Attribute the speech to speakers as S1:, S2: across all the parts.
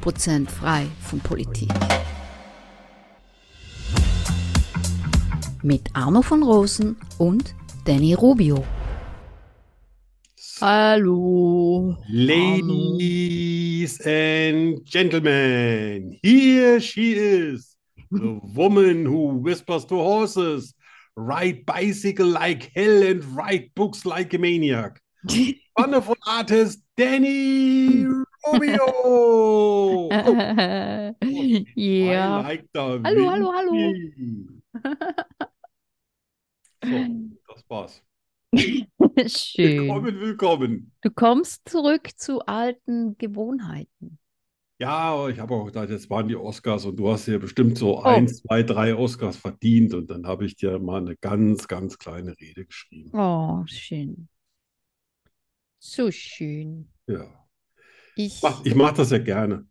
S1: Prozent frei von Politik. Mit Arno von Rosen und Danny Rubio.
S2: Hallo.
S3: Ladies and gentlemen, here she is, the woman who whispers to horses, ride bicycle like hell and write books like a maniac. Wonderful artist Danny Rubio.
S2: Uh-uh.
S3: I
S2: ja.
S3: like the
S2: Hallo, hallo, hallo.
S3: Windy. So, das war's.
S2: Schön.
S3: Willkommen, willkommen.
S2: Du kommst zurück zu alten Gewohnheiten.
S3: Ja, aber ich habe auch gedacht, jetzt waren die Oscars und du hast dir bestimmt so
S2: Oh.
S3: eins, zwei, drei Oscars verdient und dann habe ich dir mal eine ganz, ganz kleine Rede geschrieben.
S2: Oh, schön. So schön.
S3: Ja,
S2: Ich,
S3: Mach- ich mache das ja gerne.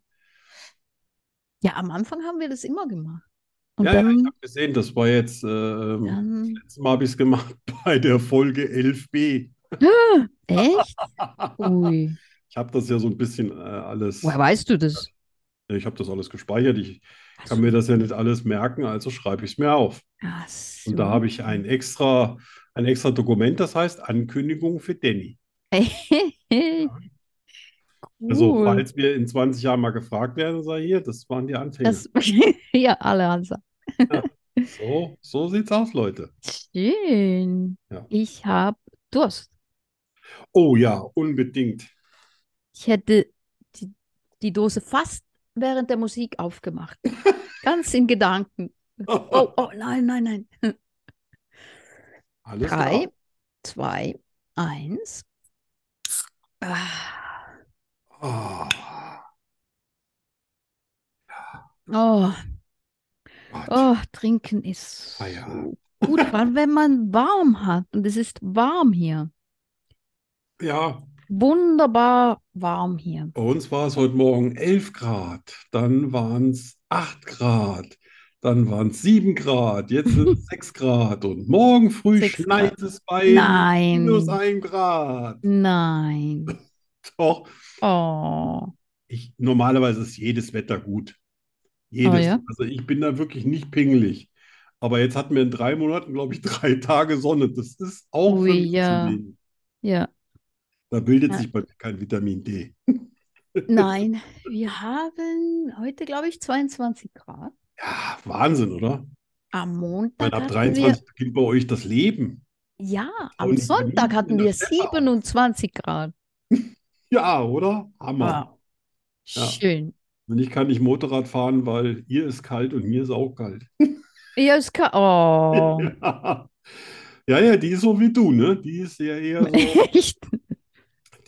S2: ja, am Anfang haben wir das immer gemacht. Und
S3: Ja, ja, ich
S2: dann,
S3: habe gesehen, das war jetzt, ähm,
S2: dann
S3: letztes Mal habe ich es gemacht bei der Folge 11b.
S2: echt? Ui.
S3: Ich habe das ja so ein bisschen äh, alles,
S2: Woher weißt du das?
S3: ich habe das alles gespeichert. Ich kann mir das ja nicht alles merken, also schreibe ich es mir auf.
S2: Ach
S3: Und da
S2: so.
S3: habe ich ein extra, ein extra Dokument, das heißt Ankündigung für Danny. Also,
S2: Cool.
S3: falls wir in 20 Jahren mal gefragt werden, sei hier, das waren die Anfänge.
S2: Das, ja, alle Hansa.
S3: So, so sieht's aus, Leute.
S2: Schön.
S3: Ja.
S2: Ich habe Durst.
S3: Oh ja, unbedingt.
S2: Ich hätte die, die Dose fast während der Musik aufgemacht. Ganz in Gedanken. Oh, oh, nein, nein, nein.
S3: Alles
S2: Drei,
S3: klar.
S2: zwei, eins. Ah.
S3: Ah,
S2: Oh,
S3: Gott.
S2: oh, trinken ist
S3: Ah ja.
S2: so gut, vor allem wenn man warm hat. Und es ist warm hier.
S3: Ja,
S2: Wunderbar warm hier.
S3: bei uns war es heute Morgen 11 Grad, dann waren es 8 Grad, dann waren es 7 Grad, jetzt sind es 6 Grad und morgen früh
S2: Sechs
S3: schneit es bei
S2: Nein,
S3: minus 1 Grad.
S2: nein.
S3: Doch,
S2: Oh,
S3: Ich, normalerweise ist jedes Wetter gut. Jedes.
S2: Ah, ja?
S3: Also ich bin da wirklich nicht pingelig. Aber jetzt hatten wir in drei Monaten, glaube ich, drei Tage Sonne. Das ist auch für
S2: Ui,
S3: mich zu
S2: ja.
S3: wenig.
S2: ja.
S3: Da bildet
S2: Ja.
S3: sich bei mir kein Vitamin D.
S2: Nein, wir haben heute, glaube ich, 22 Grad.
S3: Ja, Wahnsinn, oder?
S2: Am
S3: Ich
S2: Montag
S3: meine, ab
S2: hatten
S3: 23 beginnt bei euch das Leben.
S2: wir, ja,
S3: Und
S2: am
S3: in
S2: Sonntag
S3: Berlin
S2: hatten
S3: in der
S2: wir
S3: Steppe auch.
S2: 27 Grad.
S3: Ja, oder? Hammer.
S2: Wow.
S3: Ja.
S2: Schön.
S3: Und ich kann nicht Motorrad fahren, weil hier ist kalt und mir ist auch kalt.
S2: Ja, es kann, oh,
S3: Ja, ja, die ist so wie du, ne? Die ist ja eher so.
S2: echt?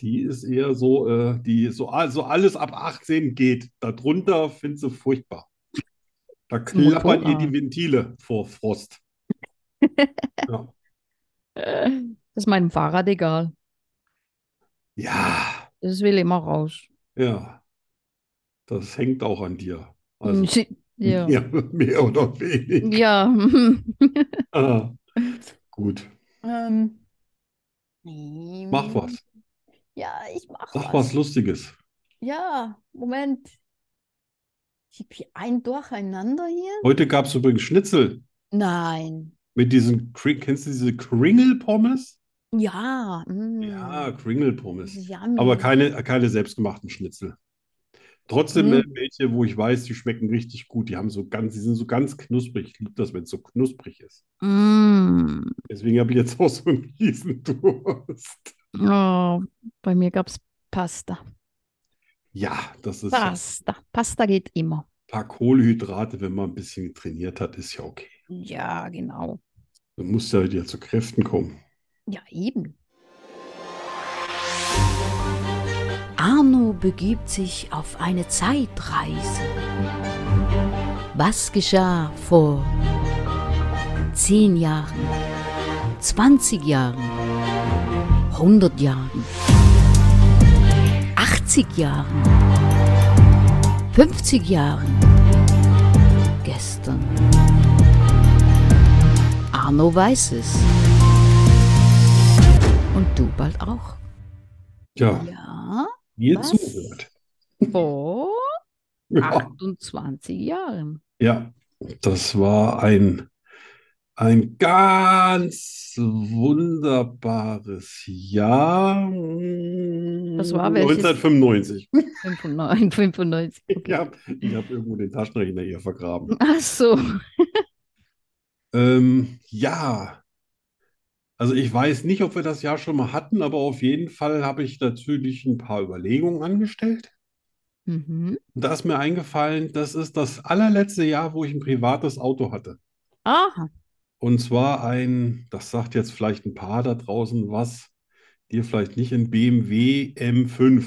S3: Die ist eher so, äh, die so also alles ab 18 geht. Darunter findest du furchtbar. Da klappern ihr die
S2: Motorrad.
S3: Ventile vor Frost. Ja.
S2: Das ist meinem Fahrrad egal.
S3: Ja,
S2: Das will immer raus.
S3: ja. Das hängt auch an dir. Also
S2: Ja,
S3: mehr, mehr oder weniger.
S2: ja.
S3: Ah, gut,
S2: Ähm,
S3: mach was.
S2: Ja, ich mach
S3: Sag
S2: was.
S3: was Lustiges.
S2: Ja, Moment. Ich habe hier ein Durcheinander hier.
S3: Heute gab es übrigens Schnitzel
S2: Nein.
S3: mit diesen, Kring- kennst du diese Kringle-Pommes?
S2: Ja. mm.
S3: Ja, Kringle-Pommes.
S2: Yummy.
S3: Aber keine, keine selbstgemachten Schnitzel. Trotzdem
S2: Mhm.
S3: äh, welche, wo ich weiß, die schmecken richtig gut. Die haben so ganz, die sind so ganz knusprig. Ich liebe das, wenn es so knusprig ist.
S2: Mm.
S3: Deswegen habe ich jetzt auch so einen riesen Durst.
S2: Oh, bei mir gab es Pasta.
S3: Ja, das ist ja ein
S2: Pasta. Pasta geht immer.
S3: paar Kohlenhydrate, wenn man ein bisschen trainiert hat, ist ja okay.
S2: Ja, genau.
S3: Du musst ja wieder zu Kräften kommen.
S2: Ja, eben.
S1: Arno begibt sich auf eine Zeitreise. Was geschah vor 10 Jahren, 20 Jahren, 100 Jahren, 80 Jahren, 50 Jahren, gestern? Arno weiß es. Und du bald auch.
S3: Tja,
S2: Ja,
S3: ihr
S2: was?
S3: zuhört.
S2: vor
S3: Ja.
S2: 28 Jahren.
S3: ja, das war ein, ein ganz wunderbares Jahr. Das
S2: war welches?
S3: 1995.
S2: 95, 95.
S3: Ich habe ich hab irgendwo den Taschenrechner hier vergraben.
S2: Ach so.
S3: Ähm, ja. Also ich weiß nicht, ob wir das Jahr schon mal hatten, aber auf jeden Fall habe ich natürlich ein paar Überlegungen angestellt.
S2: Mhm.
S3: Und da ist mir eingefallen, das ist das allerletzte Jahr, wo ich ein privates Auto hatte.
S2: Aha.
S3: Und zwar ein, das sagt jetzt vielleicht ein paar da draußen was, dir vielleicht nicht, ein BMW M5.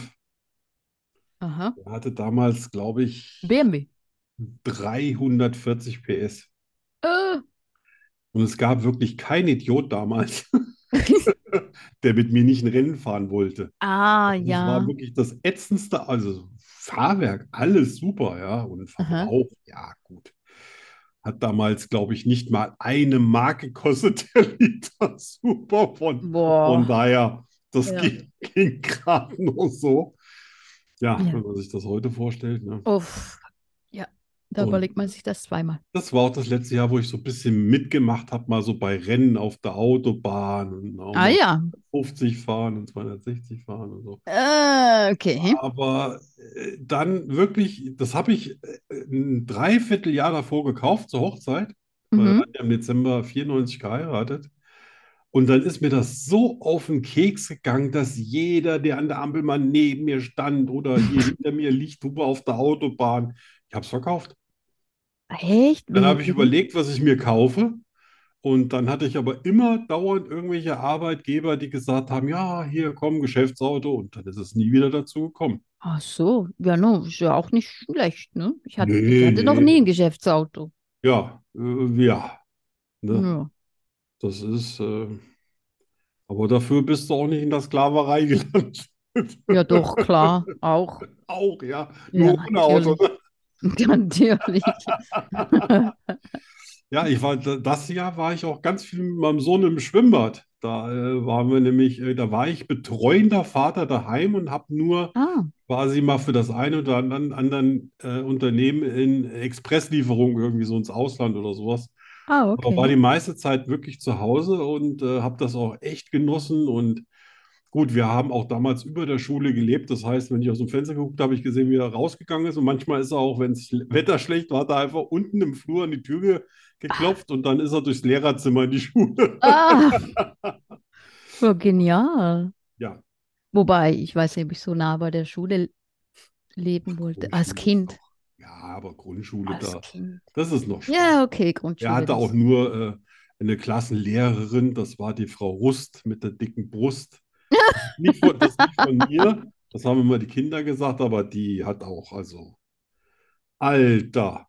S2: Aha.
S3: Der hatte damals, glaube ich,
S2: BMW.
S3: 340 PS.
S2: Äh,
S3: Und es gab wirklich keinen Idiot damals, der mit mir nicht ein Rennen fahren wollte.
S2: ah,
S3: Das war
S2: ja.
S3: wirklich das ätzendste, also Fahrwerk, alles super, ja, und
S2: Aha.
S3: Verbrauch, ja, gut. Hat damals, glaube ich, nicht mal eine Mark gekostet, der Liter super. Von, von
S2: Boah.
S3: daher, das
S2: Ja.
S3: ging, ging gerade nur so. Ja,
S2: Ja.
S3: wenn man sich das heute vorstellt, ne?
S2: Uff. Ja, da
S3: Und-
S2: überlegt man sich das zweimal.
S3: Das war auch das letzte Jahr, wo ich so ein bisschen mitgemacht habe, mal so bei Rennen auf der Autobahn und ne, auch
S2: Ah
S3: mal
S2: ja.
S3: 50 fahren und 260 fahren und so.
S2: Äh, okay.
S3: Aber äh, dann wirklich, das habe ich äh, ein Dreivierteljahr davor gekauft zur Hochzeit, weil wir
S2: Mhm.
S3: waren ja im Dezember 94 geheiratet. Und dann ist mir das so auf den Keks gegangen, dass jeder, der an der Ampel mal neben mir stand oder hier hinter mir liegt, Hupe auf der Autobahn, ich habe es verkauft.
S2: Echt?
S3: Dann habe ich
S2: Mhm.
S3: überlegt, was ich mir kaufe. Und dann hatte ich aber immer dauernd irgendwelche Arbeitgeber, die gesagt haben, ja, hier komm, Geschäftsauto. Und dann ist es nie wieder dazu gekommen.
S2: Ach so. Ja, no, ist ja auch nicht schlecht, ne? Ich hatte, ich
S3: Nee,
S2: hatte noch
S3: nee.
S2: nie ein Geschäftsauto.
S3: Ja, äh, ja. Ne?
S2: Ja.
S3: Das ist, äh, aber dafür bist du auch nicht in der Sklaverei gelandet.
S2: Ja, doch, klar. Auch.
S3: Auch, ja.
S2: Ja,
S3: Nur ohne Auto.
S2: Natürlich.
S3: Ja, ich war, das Jahr war ich auch ganz viel mit meinem Sohn im Schwimmbad. Da äh, waren wir nämlich, äh, da war ich betreuender Vater daheim und habe nur
S2: Ah,
S3: quasi mal für das eine oder anderen, anderen äh, Unternehmen in Expresslieferung irgendwie so ins Ausland oder sowas.
S2: ah,
S3: Aber war
S2: okay.
S3: die meiste Zeit wirklich zu Hause und äh, habe das auch echt genossen. Und gut, wir haben auch damals über der Schule gelebt. Das heißt, wenn ich aus dem Fenster geguckt habe, habe ich gesehen, wie er rausgegangen ist. Und manchmal ist er auch, wenn das Wetter schlecht war, hat er einfach unten im Flur an die Tür ge- geklopft und dann ist er durchs Lehrerzimmer in die Schule.
S2: Ah, ja, genial.
S3: Ja.
S2: Wobei, ich weiß nicht, ob ich so nah bei der Schule leben wollte. Als
S3: Grundschule
S2: Kind.
S3: ist noch- Ja, aber Grundschule
S2: Als
S3: da,
S2: Kind.
S3: das ist noch
S2: Ja, okay, Grundschule.
S3: Er hatte
S2: das-
S3: auch nur äh, eine Klassenlehrerin, das war die Frau Rust mit der dicken Brust. Nicht von, das nicht von mir, das haben immer die Kinder gesagt, aber die hat auch, also, Alter,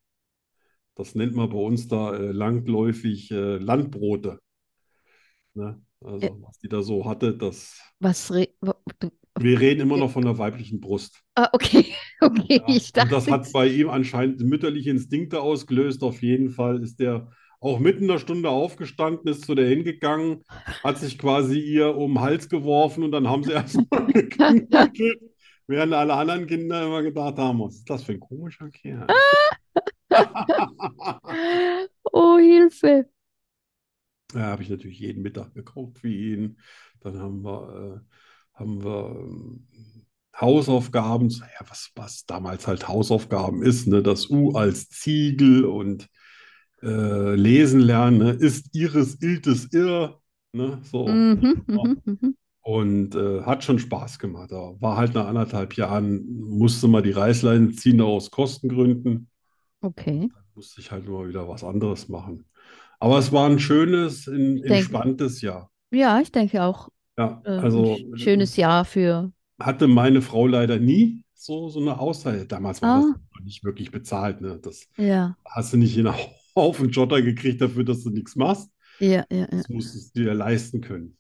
S3: das nennt man bei uns da äh, landläufig äh, Landbrote. Ne?
S2: Äh.
S3: Also, was die da so hatte, das.
S2: Was re wa- du,
S3: Wir reden immer noch von der weiblichen Brust.
S2: ah, okay, okay,
S3: Ja,
S2: ich
S3: und das
S2: dachte,
S3: hat bei ihm anscheinend mütterliche Instinkte ausgelöst. Auf jeden Fall ist der auch mitten in der Stunde aufgestanden, ist zu der hingegangen, hat sich quasi ihr um den Hals geworfen und dann haben sie erstmal geknuddelt, während alle anderen Kinder immer gedacht haben, was ist das für ein komischer Kerl?
S2: oh Hilfe.
S3: Da habe ich natürlich jeden Mittag gekocht für ihn. Dann haben wir, äh, haben wir ähm, Hausaufgaben, So, ja, was, was damals halt Hausaufgaben ist, ne? Das U als Ziegel und äh, Lesen lernen, ne? Ist ihres Iltes irr, ne? So.
S2: Mhm, mhm, mhm.
S3: Und äh, hat schon Spaß gemacht. Aber war halt nach anderthalb Jahren, musste mal die Reißleine ziehen aus Kostengründen
S2: Okay,
S3: musste ich halt immer wieder was anderes machen. Aber es war ein schönes, ein
S2: denke-
S3: entspanntes Jahr.
S2: ja, ich denke auch,
S3: Ja,
S2: äh, ein
S3: also
S2: sch- schönes Jahr für
S3: hatte meine Frau leider nie so, so eine Auszeit. Damals war
S2: Ah.
S3: das noch nicht wirklich bezahlt. Ne? Das
S2: Ja,
S3: hast du nicht in einen Haufen Jotter gekriegt dafür, dass du nichts machst.
S2: ja, ja, ja,
S3: Das musstest du dir leisten können.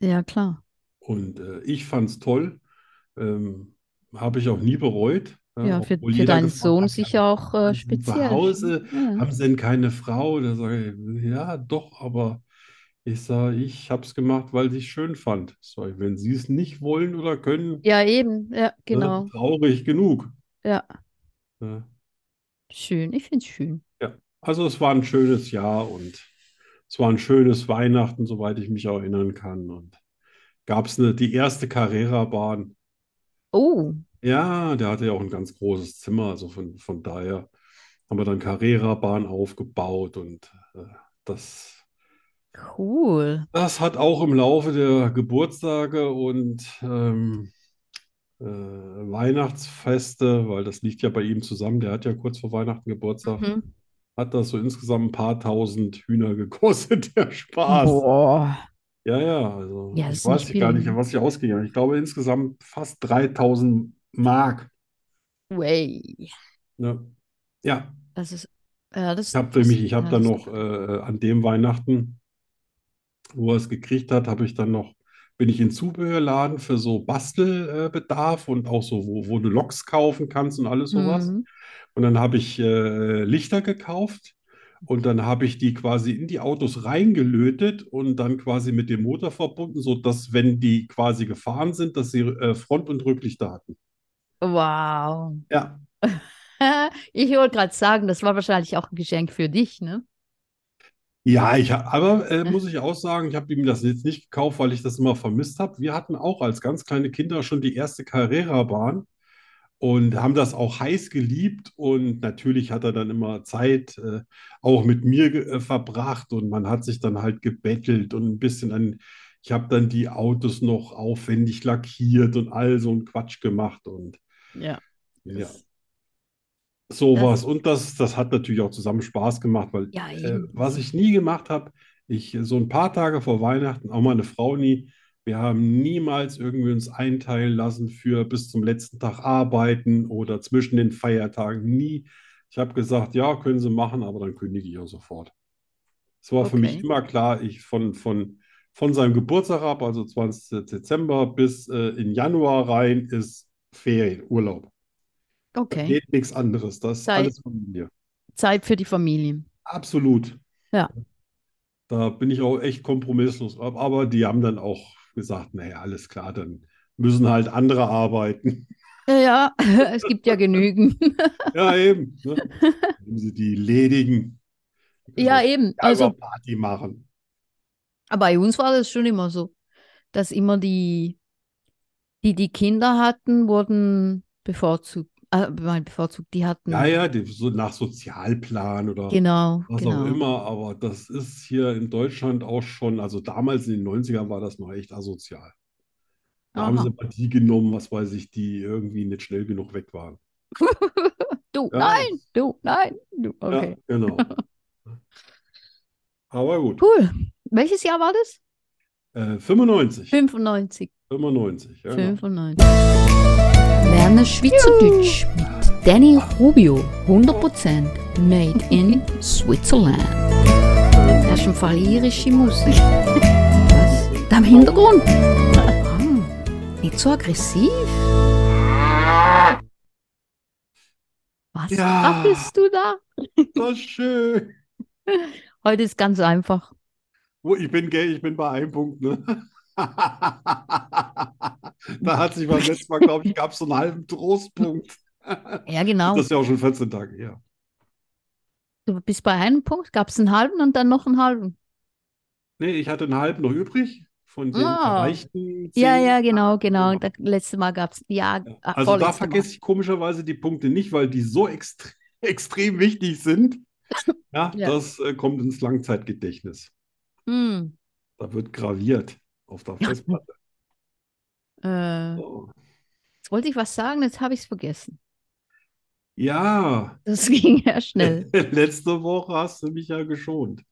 S2: ja, klar.
S3: Und äh, ich fand es toll. Ähm, habe ich auch nie bereut. ne?
S2: Ja, für,
S3: Obwohl
S2: für
S3: jeder
S2: deinen
S3: gefragt
S2: Sohn
S3: hat,
S2: sicher auch
S3: Sie sind
S2: äh,
S3: zu
S2: speziell.
S3: Hause,
S2: Ja.
S3: Haben Sie denn keine Frau? Da sage ich, ja, doch, aber ich sage, ich habe es gemacht, weil ich es schön fand. Sag ich, wenn Sie es nicht wollen oder können,
S2: Ja, eben, ja,
S3: ne,
S2: genau.
S3: traurig genug.
S2: Ja,
S3: ne.
S2: schön. Ich finde es schön.
S3: Also es war ein schönes Jahr und es war ein schönes Weihnachten, soweit ich mich erinnern kann. Und gab es die erste Carrera-Bahn.
S2: Oh,
S3: Ja, der hatte ja auch ein ganz großes Zimmer, also von, von daher haben wir dann Carrera-Bahn aufgebaut und äh, das.
S2: cool.
S3: Das hat auch im Laufe der Geburtstage und ähm, äh, Weihnachtsfeste, weil das liegt ja bei ihm zusammen, der hat ja kurz vor Weihnachten Geburtstag,
S2: Mhm.
S3: hat das so insgesamt ein paar tausend Hühner gekostet, der Spaß.
S2: Boah.
S3: Ja, ja, also
S2: Ja, das
S3: ich
S2: ist
S3: weiß
S2: nicht
S3: gar nicht,
S2: billig.
S3: was ich ausgegeben habe. Ich glaube insgesamt fast 3000 Mark.
S2: Way.
S3: Ne? Ja,
S2: Das ist, ja, das,
S3: ich habe
S2: das,
S3: nämlich, ich habe
S2: ja,
S3: dann noch
S2: das-
S3: äh, an dem Weihnachten, wo er es gekriegt hat, habe ich dann noch, bin ich in Zubehörladen für so Bastelbedarf äh, Bedarf und auch so, wo, wo du Loks kaufen kannst und alles sowas.
S2: Mhm.
S3: Und dann habe ich äh, Lichter gekauft und dann habe ich die quasi in die Autos reingelötet und dann quasi mit dem Motor verbunden, sodass, wenn die quasi gefahren sind, dass sie äh, Front- und Rücklichter hatten.
S2: Wow.
S3: Ja.
S2: Ich wollte gerade sagen, das war wahrscheinlich auch ein Geschenk für dich, ne?
S3: Ja, ich hab, aber äh, muss ich auch sagen, ich habe ihm das jetzt nicht gekauft, weil ich das immer vermisst habe. Wir hatten auch als ganz kleine Kinder schon die erste Carrera-Bahn und haben das auch heiß geliebt. Und natürlich hat er dann immer Zeit äh, auch mit mir ge- äh, verbracht und man hat sich dann halt gebettelt und ein bisschen an. Ich habe dann die Autos noch aufwendig lackiert und all so einen Quatsch gemacht und
S2: Ja.
S3: ja,
S2: Das-
S3: sowas. Und das, das hat natürlich auch zusammen Spaß gemacht, weil.
S1: Ja,
S3: Äh,
S1: eben.
S3: was ich nie gemacht habe, ich äh, so ein paar Tage vor Weihnachten, auch meine Frau nie, wir haben niemals irgendwie uns einteilen lassen für bis zum letzten Tag arbeiten oder zwischen den Feiertagen, nie. Ich habe gesagt, ja, können Sie machen, aber dann kündige ich auch sofort. Es war für mich
S2: Okay.
S3: immer klar, ich von, von, von seinem Geburtstag ab, also 20. Dezember bis äh, in Januar rein, ist Ferien, Urlaub. Da
S2: Okay.
S3: geht nichts anderes. Das ist
S2: Sei-
S3: alles Familie.
S2: Zeit für die Familie.
S3: Absolut.
S2: Ja.
S3: Da bin ich auch echt kompromisslos. Ab- Aber die haben dann auch gesagt, naja, alles klar, dann müssen halt andere arbeiten.
S2: Ja, es gibt ja genügend.
S3: Ja, eben. Ne? Nehmen sie die ledigen. Die können
S2: Ja,
S3: auch
S2: eben.
S3: selber
S2: Also,
S3: Party machen.
S2: aber bei uns war das schon immer so, dass immer die, die die Kinder hatten, wurden bevorzugt. Äh, mein bevorzugt, die hatten.
S3: Ja, ja, die, so nach Sozialplan oder
S2: Genau,
S3: was
S2: genau.
S3: auch immer. Aber das ist hier in Deutschland auch schon, also damals in den 90ern war das noch echt asozial. Da haben
S2: Aha.
S3: sie mal die genommen, was weiß ich, die irgendwie nicht schnell genug weg waren.
S2: Du,
S3: Ja.
S2: nein, du, nein, du.
S3: Ja,
S2: Okay.
S3: genau. Aber gut.
S2: Cool. Welches Jahr war das?
S3: Äh, 95.
S2: 95.
S3: 95, ja, genau.
S2: 95.
S1: Lerne Schweizerdeutsch mit Danny Rubio. 100% made in Switzerland. Das ist im Fall irische Musik. Was? Da im Hintergrund. Ah, nicht so aggressiv.
S2: Was
S3: Ja.
S2: rappelst du da?
S3: So schön.
S2: Heute ist ganz einfach.
S3: Wo ich bin, gell, ich bin bei einem Punkt, ne? Da hat sich beim letzten Mal, glaube ich, gab es so einen halben Trostpunkt.
S2: Ja, genau.
S3: Das ist ja auch schon 14 Tage her.
S2: Du bist bei einem Punkt, gab es einen halben und dann noch einen halben.
S3: Nee, ich hatte einen halben noch übrig von den
S2: Ah.
S3: erreichten
S2: Ja,
S3: 10.
S2: ja, genau, genau.
S3: genau.
S2: Das letzte Mal gab es, ja,
S3: Ja.
S2: ah,
S3: Also da
S2: vorletzte
S3: vergesse ich komischerweise die Punkte nicht, weil die so extre extrem wichtig sind. Ja,
S2: Ja.
S3: das äh, kommt ins Langzeitgedächtnis.
S2: Mal. Hm,
S3: Da wird graviert auf der Festplatte.
S2: äh,
S3: So.
S2: jetzt wollte ich was sagen, jetzt habe ich es vergessen.
S3: Ja,
S2: Das ging ja schnell.
S3: letzte Woche hast du mich ja geschont.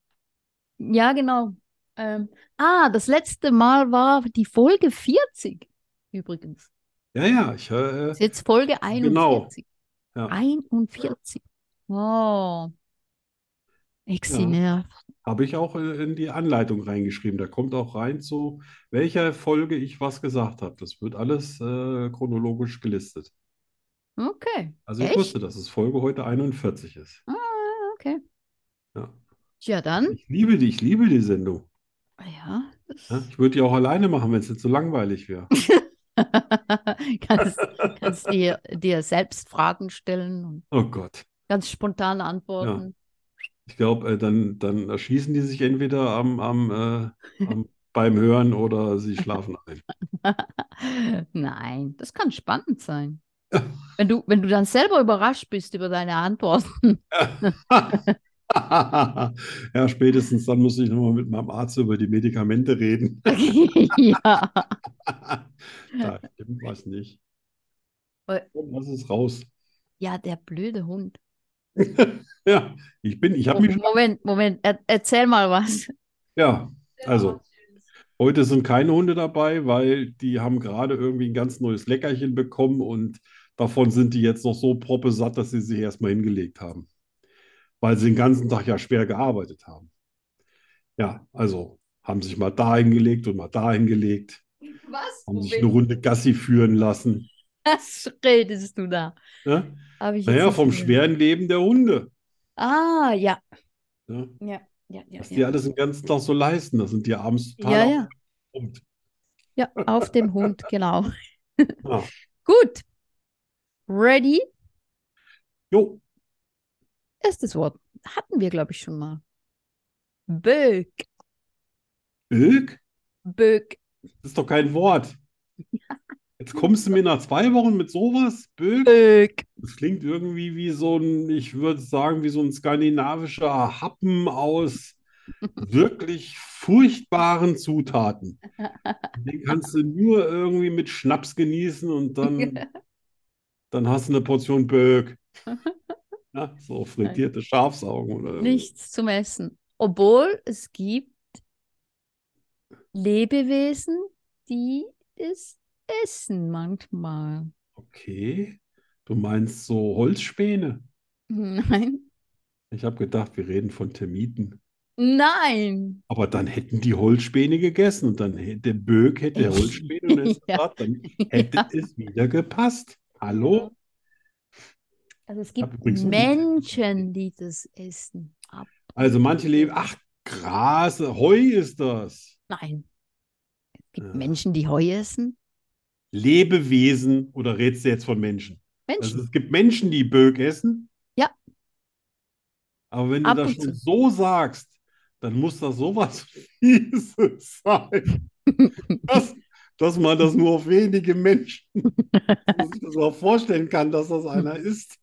S2: Ja, genau. Ähm, ah, das letzte Mal war die Folge 40 übrigens.
S3: Ja, ja, ich äh, höre.
S2: Das ist jetzt Folge
S3: Genau.
S2: 41.
S3: Ja.
S2: 41. Oh.
S3: Ja.
S2: Exiner.
S3: Habe ich auch äh, in in die Anleitung reingeschrieben. Da kommt auch rein, zu welcher Folge ich was gesagt habe. Das wird alles äh, chronologisch gelistet.
S2: Okay.
S3: Also ich
S2: Echt?
S3: wusste, dass es Folge heute 41 ist.
S2: Ah, okay.
S3: Ja.
S2: Ja, dann. ah
S3: Ich liebe die, ich liebe die Sendung.
S2: Ja. Das
S3: Ja, Ich würde die auch alleine machen, wenn es nicht so langweilig wäre.
S2: kannst kannst dir, dir selbst Fragen stellen und
S3: Oh Gott.
S2: ganz spontan antworten.
S3: Ich glaube, äh, dann, dann erschießen die sich entweder am, am, äh, am, beim Hören oder sie schlafen ein.
S2: Nein, das kann spannend sein. Wenn du, wenn du dann selber überrascht bist über deine Antworten.
S3: Ja, spätestens dann muss ich nochmal mit meinem Arzt über die Medikamente reden.
S2: ja.
S3: Da stimmt was nicht.
S2: Voll.
S3: Komm, lass es raus.
S2: ja, der blöde Hund.
S3: Ja, ich bin, ich habe mich,
S2: Moment, Moment, er, erzähl mal was.
S3: ja, also, heute sind keine Hunde dabei, weil die haben gerade irgendwie ein ganz neues Leckerchen bekommen und davon sind die jetzt noch so proppesatt, dass sie sich erstmal hingelegt haben, weil sie den ganzen Tag ja schwer gearbeitet haben. Ja, also haben sich mal da hingelegt und mal da hingelegt.
S2: Was?
S3: haben sich eine Runde Gassi führen lassen.
S2: Was redest du da?
S3: Ne?
S2: Hab ich jetzt
S3: Naja,
S2: nicht
S3: vom
S2: gehört.
S3: schweren Leben der Hunde.
S2: Ah, ja.
S3: Ne?
S2: Ja, ja,
S3: Was die
S2: ja.
S3: alles den ganzen Tag so leisten, das sind die abends total
S2: ja, ja.
S3: aufgepumpt.
S2: ja, auf dem Hund, genau.
S3: Ja.
S2: Gut. Ready
S3: Jo,
S2: Erstes Wort. Hatten wir, glaube ich, schon mal. Böck.
S3: Ilk,
S2: Böck.
S3: das ist doch kein Wort. Jetzt kommst du mir nach zwei Wochen mit sowas, Böck.
S2: Böck.
S3: Das klingt irgendwie wie so ein, ich würde sagen, wie so ein skandinavischer Happen aus wirklich furchtbaren Zutaten. Den kannst du nur irgendwie mit Schnaps genießen und dann, dann hast du eine Portion Böck. Ja, so frittierte Schafsaugen oder irgendwie.
S2: Nichts zum Essen. Obwohl es gibt Lebewesen, die es essen manchmal.
S3: Okay, du meinst so Holzspäne?
S2: Nein.
S3: Ich habe gedacht, wir reden von Termiten.
S2: Nein.
S3: Aber dann hätten die Holzspäne gegessen und dann hätte der Böck hätte der Holzspäne und hätte
S2: Ja.
S3: gesagt, dann hätte
S2: Ja.
S3: es wieder gepasst. Hallo?
S2: Also es
S3: hab
S2: gibt
S3: übrigens-
S2: Menschen, die das essen. Ab.
S3: Also manche leben, ach, Gras, Heu ist das.
S2: Nein. Es gibt
S3: Ja.
S2: Menschen, die Heu essen.
S3: Lebewesen oder redest du jetzt von Menschen?
S2: Menschen.
S3: Also es gibt Menschen, die Böck essen.
S2: Ja.
S3: Aber wenn du
S2: Ab
S3: das
S2: und
S3: schon
S2: zu.
S3: so sagst, dann muss das sowas Fieses sein, dass, dass man das nur auf wenige Menschen, dass ich das überhaupt vorstellen kann, dass das einer ist.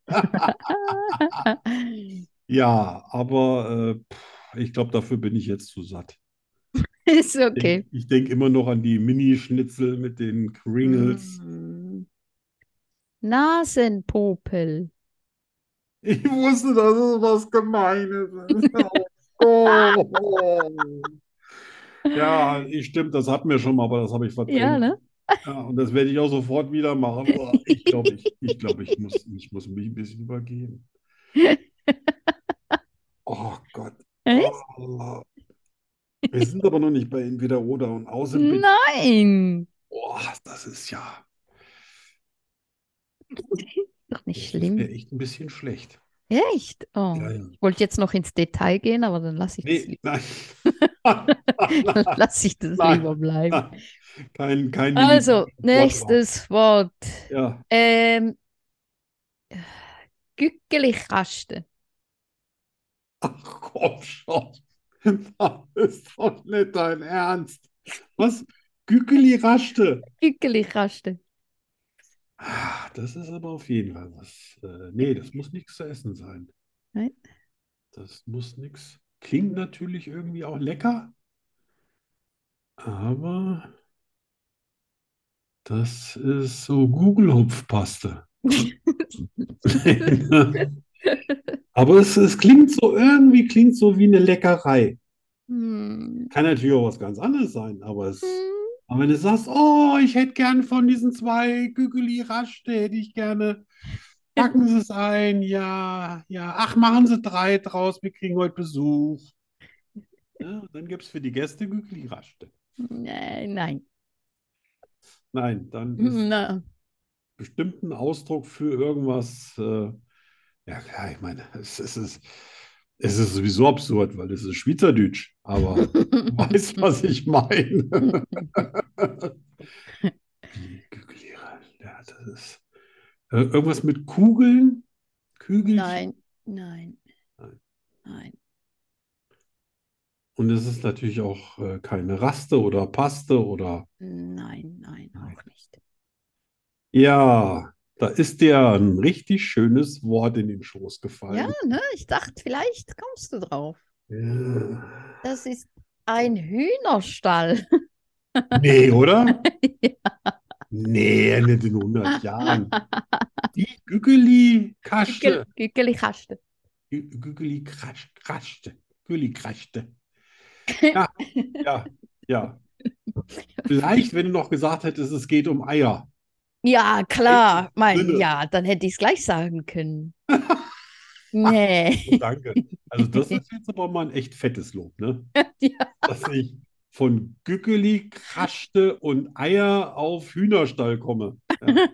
S3: Ja, aber äh, pff, ich glaube, dafür bin ich jetzt zu satt.
S2: Ist
S3: Also Ich
S2: okay.
S3: denk- Ich denke immer noch an die Mini-Schnitzel mit den Kringles.
S2: Mm. Nasenpopel.
S3: Ich wusste, dass es was Gemeines ist. Oh, Ja, ich stimmt, das hatten wir schon mal, aber das habe ich verdrängt.
S2: Ja, ne?
S3: Ja, und das werde ich auch sofort wieder machen. Boah, ich glaube, ich, ich, glaub, ich, muss, ich muss mich ein bisschen übergeben. Oh Gott.
S2: Echt?
S3: Oh. Wir sind aber noch nicht bei entweder oder und aus im Bett.
S2: Nein.
S3: Boah, das ist ja, das
S2: Doch nicht
S3: ist mir
S2: schlimm.
S3: echt ein bisschen schlecht.
S2: Echt? Oh.
S3: Ja, ja.
S2: Ich wollte jetzt noch ins Detail gehen, aber dann lasse ich das,
S3: Nee,
S2: li
S3: nein.
S2: dann lass ich das
S3: Nein.
S2: lieber bleiben.
S3: Kein, kein
S2: Also,
S3: Millimeter.
S2: nächstes Wort.
S3: Ja,
S2: Ähm, Gückelichraste.
S3: ach komm schon. Das ist doch nicht dein Ernst. Was? Gückeli raschte.
S2: Gückelichraste.
S3: Ah, Das ist aber auf jeden Fall was. Äh, nee, das muss nichts zu essen sein.
S2: Nein.
S3: Das muss nichts. Klingt natürlich irgendwie auch lecker, aber das ist so Google-Hupfpaste. Aber es, es klingt so, irgendwie klingt so wie eine Leckerei.
S2: Hm.
S3: Kann natürlich auch was ganz anderes sein, aber es
S2: Hm.
S3: Aber wenn du sagst, oh, ich hätte gern von diesen zwei Gügeli Raschte, hätte ich gerne. Packen Sie es ein, ja, ja. Ach, machen Sie drei draus, wir kriegen heute Besuch. Ja, dann gibt es für die Gäste Gügeli Raschte.
S2: Nee, nein.
S3: Nein, dann ist
S2: Hm, Na,
S3: bestimmt ein Ausdruck für irgendwas. Äh, ja, klar, ich meine, es, es, ist, es ist sowieso absurd, weil es ist Schweizerdeutsch, aber du weißt, was ich meine. Die Kügelierer, ja, das ist. Äh, irgendwas mit Kugeln? Kügelchen?
S2: nein, nein.
S3: Nein.
S2: Nein.
S3: Und es ist natürlich auch äh, keine Raste oder Paste oder.
S2: Nein, nein, auch nicht.
S3: Ja, da ist dir ein richtig schönes Wort in den Schoß
S2: Ja,
S3: gefallen.
S2: ne? Ich dachte, vielleicht kommst du drauf.
S3: Ja.
S2: Das ist ein Hühnerstall.
S3: Nee, oder? Nee, nicht in 100 Jahren. Die Gügeli-Kaschte.
S2: Gückelikaste.
S3: Gü- Gügeli-Kraschte. Gügeli-Kraschte. Ja, ja, ja. Vielleicht, wenn du noch gesagt hättest, es geht um Eier.
S2: Ja, klar. Mein,
S3: Sinne.
S2: ja, dann hätte ich es gleich sagen können. Nee.
S3: Danke. Also das ist jetzt aber mal ein echt fettes Lob, ne?
S2: Ja.
S3: Dass ich von Gückeli, Kraschte und Eier auf Hühnerstall komme. Ja.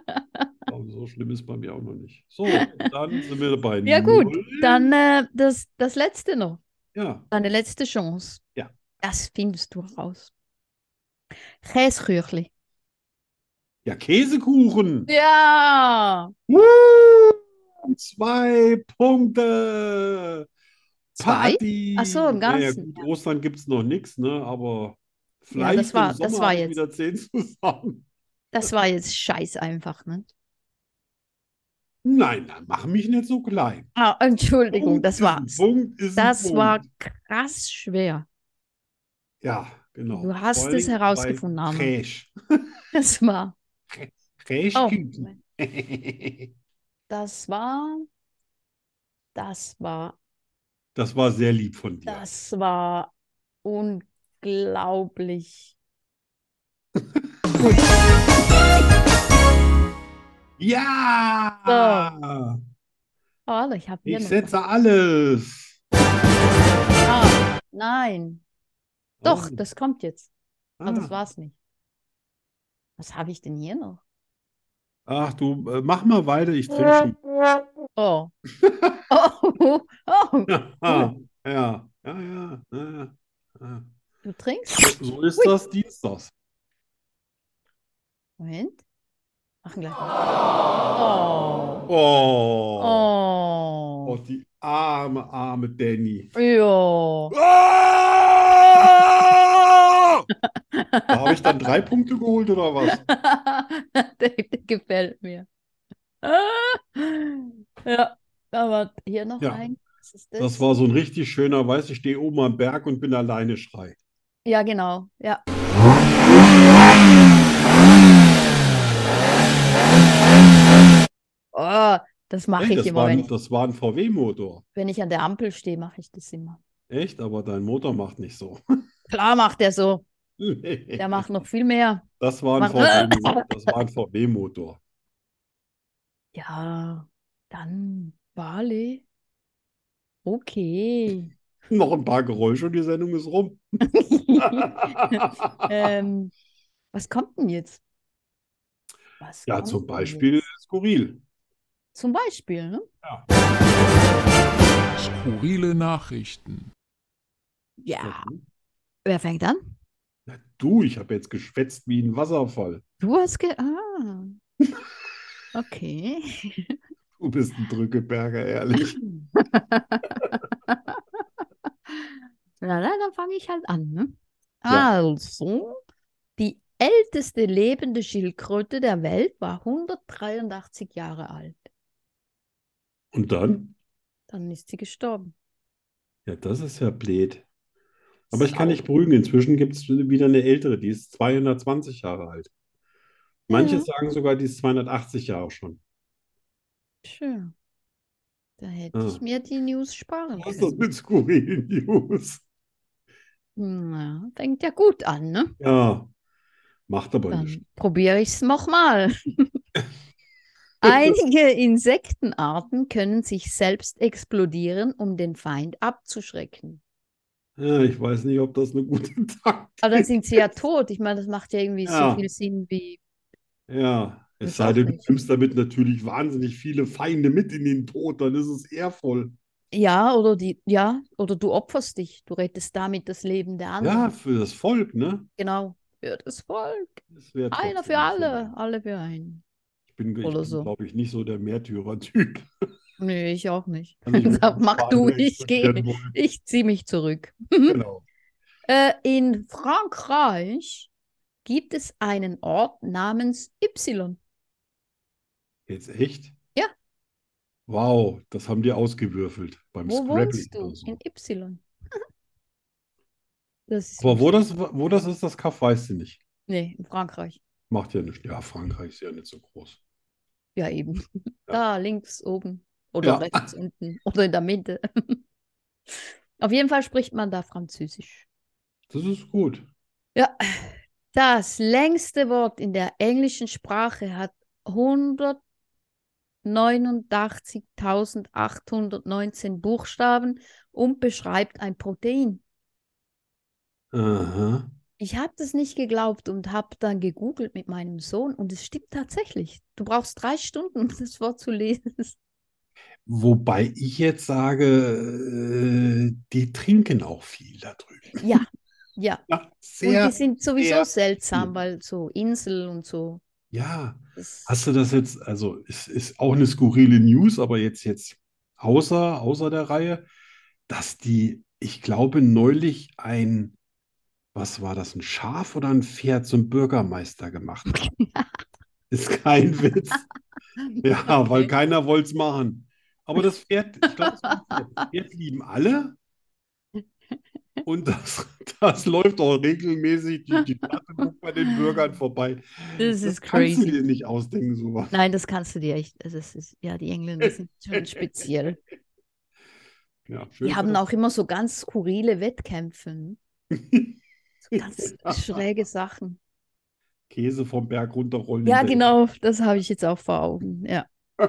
S3: Aber so schlimm ist bei mir auch noch nicht. So, dann sind wir bei
S2: Ja, gut,
S3: null.
S2: Dann äh, das, das letzte noch.
S3: Ja,
S2: Deine letzte Chance.
S3: Ja.
S2: Das findest du raus. Käseküchli.
S3: ja Käsekuchen.
S2: Ja.
S3: Woo! Zwei Punkte.
S2: Zwei?
S3: Party.
S2: Ach so, im
S3: Naja,
S2: Ganzen,
S3: gut, Ostern gibt es noch nichts, ne? Aber
S2: Ja,
S3: vielleicht
S2: das war-
S3: im
S2: das
S3: Sommer
S2: war
S3: habe ich
S2: jetzt.
S3: wieder zehn zusammen.
S2: Das war jetzt scheiß einfach, ne?
S3: Nein, dann mach mich nicht so klein.
S2: Ah, Entschuldigung,
S3: Punkt
S2: das
S3: ist ein
S2: war's.
S3: Punkt ist ein
S2: Das war
S3: Punkt.
S2: krass schwer.
S3: Ja, genau.
S2: Du hast
S3: Vor
S2: es
S3: allem bei
S2: herausgefunden, Arne.
S3: Crash.
S2: Das war.
S3: Crash
S2: Oh,
S3: Küken.
S2: Moment. das war. Das war.
S3: Das war sehr lieb von dir.
S2: Das war unglaublich.
S3: Ja!
S2: Oh, ich habe hier
S3: Ich
S2: noch
S3: setze alles.
S2: was. Ah, nein. Doch,
S3: Oh,
S2: das kommt jetzt. Aber
S3: ah.
S2: das war's nicht. Was habe ich denn hier noch?
S3: Ach du, äh, mach mal weiter, ich trinke
S2: Ähm,
S3: schon.
S2: Oh. Oh, oh.
S3: Ja, ja, ja, ja, ja, ja.
S2: Du trinkst?
S3: So ist das Dienstags.
S2: Moment. Machen gleich. Oh.
S3: Oh, oh
S2: Oh.
S3: die arme, arme Danny.
S2: Ja.
S3: Ah! Da habe ich dann drei Punkte geholt oder was?
S2: Der, der gefällt mir. Ja, aber hier noch
S3: Ja.
S2: ein. Was ist das?
S3: Das war so ein richtig schöner, weiß ich stehe oben am Berg und bin alleine schrei.
S2: Ja, genau. Ja. Oh, das mache
S3: Hey,
S2: ich
S3: das
S2: immer,
S3: war
S2: wenn
S3: ein,
S2: ich,
S3: das war ein VW-Motor.
S2: wenn ich an der Ampel stehe, mache ich das immer.
S3: Echt? Aber dein Motor macht nicht so.
S2: Klar macht er so. Der macht noch viel mehr.
S3: Das war ein
S2: Mach-
S3: VW-Motor. Das war ein VW-Motor.
S2: Ja, dann Bali. Okay.
S3: Noch ein paar Geräusche und die Sendung ist rum.
S2: ähm, was kommt denn jetzt? Was
S3: Ja,
S2: kommt
S3: zum
S2: denn
S3: Beispiel
S2: jetzt?
S3: skurril.
S2: Zum Beispiel, ne?
S4: Skurrile Nachrichten.
S2: Ja. Wer fängt an?
S3: Na du, ich habe jetzt geschwätzt wie ein Wasserfall.
S2: Du hast ge. Ah. Okay.
S3: Du bist ein Drückeberger, ehrlich.
S2: Na, na, dann fange ich halt an. Ne?
S3: Ja.
S2: Also, die älteste lebende Schildkröte der Welt war 183 Jahre alt.
S3: Und dann?
S2: Dann ist sie gestorben.
S3: Ja, das ist ja blöd. Aber ich kann nicht beruhigen. Inzwischen gibt es wieder eine ältere, die ist 220 Jahre alt. Manche
S2: Ja.
S3: sagen sogar, die ist 280 Jahre schon.
S2: Schön. Da hätte
S3: Ah.
S2: ich mir die News sparen
S3: Was ist das
S2: können.
S3: mit skurrilen News?
S2: Na, fängt ja gut an, ne?
S3: Ja, Macht aber nichts.
S2: Dann probiere ich es nochmal. Einige Insektenarten können sich selbst explodieren, um den Feind abzuschrecken.
S3: Ja, ich weiß nicht, ob das eine gute Taktik
S2: Aber dann sind sie ja tot. Ich meine, das macht ja irgendwie
S3: Ja.
S2: so viel Sinn wie.
S3: Ja, es
S2: Ist
S3: sei
S2: auch
S3: denn, du
S2: nicht.
S3: nimmst damit natürlich wahnsinnig viele Feinde mit in den Tod, dann ist es ehrvoll.
S2: Ja, oder die, ja, oder du opferst dich. Du rettest damit das Leben der anderen.
S3: Ja, für das Volk, ne?
S2: Genau. Für das Volk.
S3: Das wär
S2: Einer
S3: trotzdem
S2: für alle,
S3: so.
S2: alle für einen.
S3: Ich bin, ich
S2: Oder
S3: bin,
S2: so.
S3: glaube ich, nicht so der Märtyrer-Typ.
S2: Nee, ich auch nicht.
S3: Also ich würd
S2: Sag, mach
S3: nicht
S2: du,
S3: beide
S2: ich
S3: explodieren
S2: gehe.
S3: wollen.
S2: Ich ziehe mich zurück.
S3: Genau.
S2: Äh, in Frankreich gibt es einen Ort namens Y.
S3: Jetzt echt?
S2: Ja.
S3: Wow, das haben die ausgewürfelt beim
S2: Wo
S3: Scrabble
S2: wohnst du?
S3: oder so.
S2: In Y. Das ist
S3: Aber wo
S2: lustig.
S3: das, wo das ist, das Kaff weißt du nicht.
S2: Nee, in Frankreich.
S3: Macht ja nichts. Ja, Frankreich ist ja nicht so groß.
S2: Ja, eben. Da links oben oder
S3: Ja.
S2: rechts unten oder in der Mitte. Auf jeden Fall spricht man da Französisch.
S3: Das ist gut.
S2: Ja, das längste Wort in der englischen Sprache hat 189.819 Buchstaben und beschreibt ein Protein.
S3: Aha.
S2: Ich habe das nicht geglaubt und habe dann gegoogelt mit meinem Sohn und es stimmt tatsächlich. Du brauchst drei Stunden, um das Wort zu lesen.
S3: Wobei ich jetzt sage, äh, die trinken auch viel da drüben.
S2: Ja, ja.
S3: Ja,
S2: Und die
S3: sehr.
S2: sind sowieso
S3: sehr
S2: seltsam,
S3: viel.
S2: weil so Insel und so.
S3: Ja,
S2: Das-
S3: hast du das jetzt, also es ist auch eine skurrile News, aber jetzt, jetzt außer, außer der Reihe, dass die, ich glaube, neulich ein, was war das, ein Schaf oder ein Pferd zum Bürgermeister gemacht haben. Ist kein Witz.
S2: Ah,
S3: Ja, weil keiner wollte es machen. Aber das Pferd, ich glaube, das Pferd lieben alle. Und das, das läuft auch regelmäßig die, die Platte guckt bei den Bürgern vorbei.
S2: Das ist
S3: kannst
S2: crazy.
S3: du dir nicht ausdenken, sowas.
S2: Nein, das kannst du dir echt. also Das ist, ja, die Engländer sind schon speziell.
S3: Ja, schön
S2: Die
S3: für
S2: haben
S3: das-
S2: auch immer so ganz skurrile Wettkämpfe. ne? So ganz schräge Sachen.
S3: Käse vom Berg runterrollen.
S2: Ja,
S3: hinterher.
S2: genau, das habe ich jetzt auch vor Augen. Ja,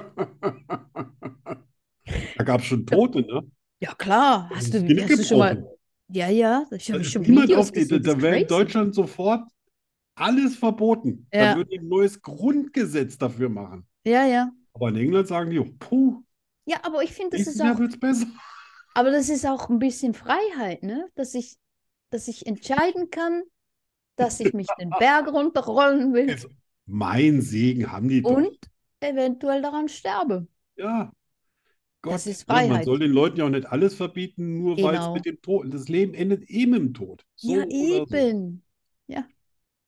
S3: Da gab es schon Tote, ne? Also
S2: ja klar. Hast du, hast du schon mal. Ja, ja, ich
S3: Da
S2: habe
S3: ist
S2: schon
S3: niemand
S2: Videos
S3: auf die,
S2: gesehen.
S3: da
S2: das ist
S3: wäre in
S2: crazy.
S3: Deutschland sofort alles verboten. Da
S2: Ja.
S3: würde ein neues Grundgesetz dafür machen.
S2: Ja, ja.
S3: Aber in England sagen die, puh,
S2: Ja, aber ich finde, das
S3: nächstes
S2: ist
S3: Jahr
S2: auch,
S3: wird es besser.
S2: aber das ist auch ein bisschen Freiheit, ne? Dass ich, dass ich entscheiden kann, dass ich mich den Berg runterrollen will
S3: Also, Mein Segen haben die doch.
S2: und eventuell daran sterbe.
S3: Ja. Gott,
S2: Das ist
S3: ja, man
S2: Freiheit.
S3: soll den Leuten ja auch nicht alles verbieten, nur weil es
S2: Genau.
S3: mit dem Tod, das Leben endet eben im Tod. So
S2: Ja,
S3: oder
S2: eben.
S3: So.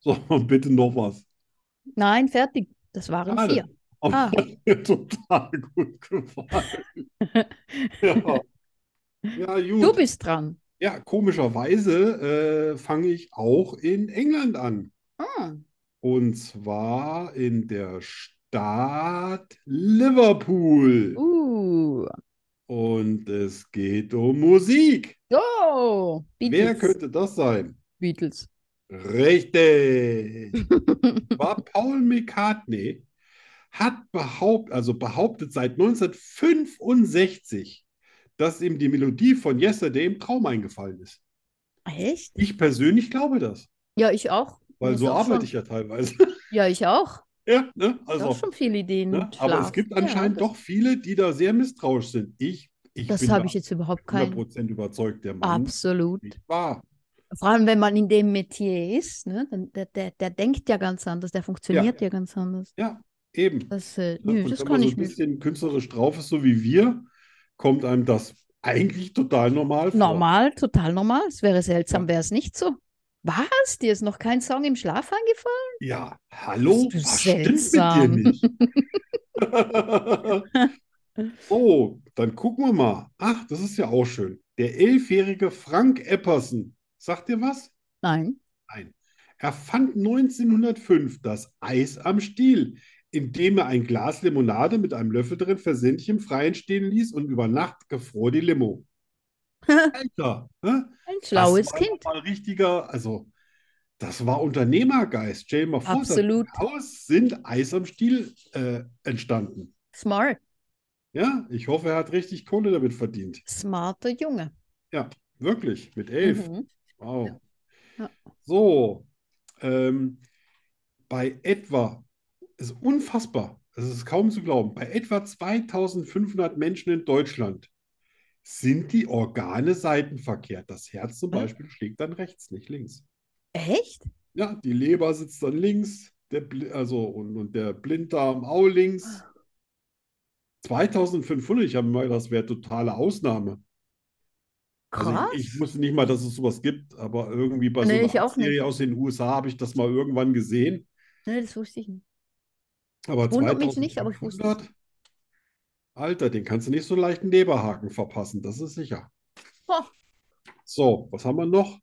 S3: So, und bitte noch was.
S2: Nein, fertig. Das waren
S3: Schade.
S2: vier.
S3: Aber
S2: Ah.
S3: hat mir total gut gefallen. Ja. Ja, gut.
S2: Du bist dran.
S3: Ja, komischerweise äh, fange ich auch in England an.
S2: Ah,
S3: Und zwar in der Stadt Liverpool.
S2: Uh.
S3: Und es geht um Musik.
S2: Oh,
S3: Wer
S2: Beatles.
S3: könnte das sein?
S2: Beatles.
S3: Richtig. War Paul McCartney hat behaupt, also behauptet seit 1965, dass ihm die Melodie von Yesterday im Traum eingefallen ist.
S2: Echt?
S3: Ich persönlich glaube das,
S2: Ja, ich auch.
S3: weil
S2: Das
S3: so
S2: auch
S3: arbeite
S2: schon.
S3: ich ja teilweise.
S2: Ja, ich auch.
S3: Ja, ne?
S2: Ich
S3: Also,
S2: auch schon viele Ideen.
S3: ne? Aber es
S2: Schlaf.
S3: gibt
S2: Ja,
S3: anscheinend
S2: das,
S3: doch viele, die da sehr misstrauisch sind. Ich, ich
S2: Das
S3: bin
S2: habe
S3: da
S2: ich jetzt überhaupt keinen.
S3: 100% überzeugt, der Mann ist
S2: Absolut.
S3: nicht wahr.
S2: Vor allem, wenn man in dem Metier ist, ne? dann, der, der, der denkt ja ganz anders, der funktioniert ja, ganz anders.
S3: Ja, eben.
S2: Das, äh,
S3: Ne?
S2: nö,
S3: Und
S2: das
S3: wenn
S2: kann
S3: man so
S2: ich
S3: ein
S2: nicht.
S3: bisschen künstlerisch drauf ist, so wie wir, kommt einem das eigentlich total normal vor.
S2: Normal, total normal. Es wäre seltsam,
S3: Ja.
S2: wäre es nicht so. Was? Dir ist noch kein Song im Schlaf eingefallen?
S3: Ja, hallo,
S2: Bist du
S3: was stimmt
S2: seltsam.
S3: mit dir nicht? So, Oh, dann gucken wir mal. Ach, das ist ja auch schön. Der elfjährige Frank Epperson, sagt dir was?
S2: Nein.
S3: Nein. Er fand 1905 das Eis am Stiel, indem er ein Glas Limonade mit einem Löffel drin versehentlich im Freien stehen ließ und über Nacht gefror die Limo. Alter, ne?
S2: Ein schlaues
S3: das war
S2: Kind.
S3: Mal richtiger, also Das war Unternehmergeist. Stell dir mal vor,
S2: Absolut.
S3: daraus sind Eis am Stiel äh, entstanden.
S2: Smart.
S3: Ja, ich hoffe, er hat richtig Kohle damit verdient.
S2: Smarter Junge.
S3: Ja, wirklich, mit elf.
S2: Mhm.
S3: Wow.
S2: Ja.
S3: So, ähm, bei etwa, es ist unfassbar, es ist kaum zu glauben, bei etwa 2500 Menschen in Deutschland sind die Organe seitenverkehrt. Das Herz zum
S2: Was?
S3: Beispiel schlägt dann rechts, nicht links.
S2: Echt?
S3: Ja, die Leber sitzt dann links, der, Bl- also und, und der Blinddarm auch links. 2500, ich habe mal, gedacht, das wäre totale Ausnahme. Also ich,
S2: Krass.
S3: ich wusste nicht mal, dass es sowas gibt, aber irgendwie bei so
S2: Nee,
S3: einer
S2: ich auch nicht.
S3: Serie aus den USA habe ich das mal irgendwann gesehen.
S2: nee, Ne, das wusste ich nicht.
S3: Aber
S2: Wundert mich nicht, aber ich wusste es.
S3: 2500? Alter, den kannst du nicht so leicht einen Leberhaken verpassen, das ist sicher.
S2: Ha.
S3: So, was haben wir noch?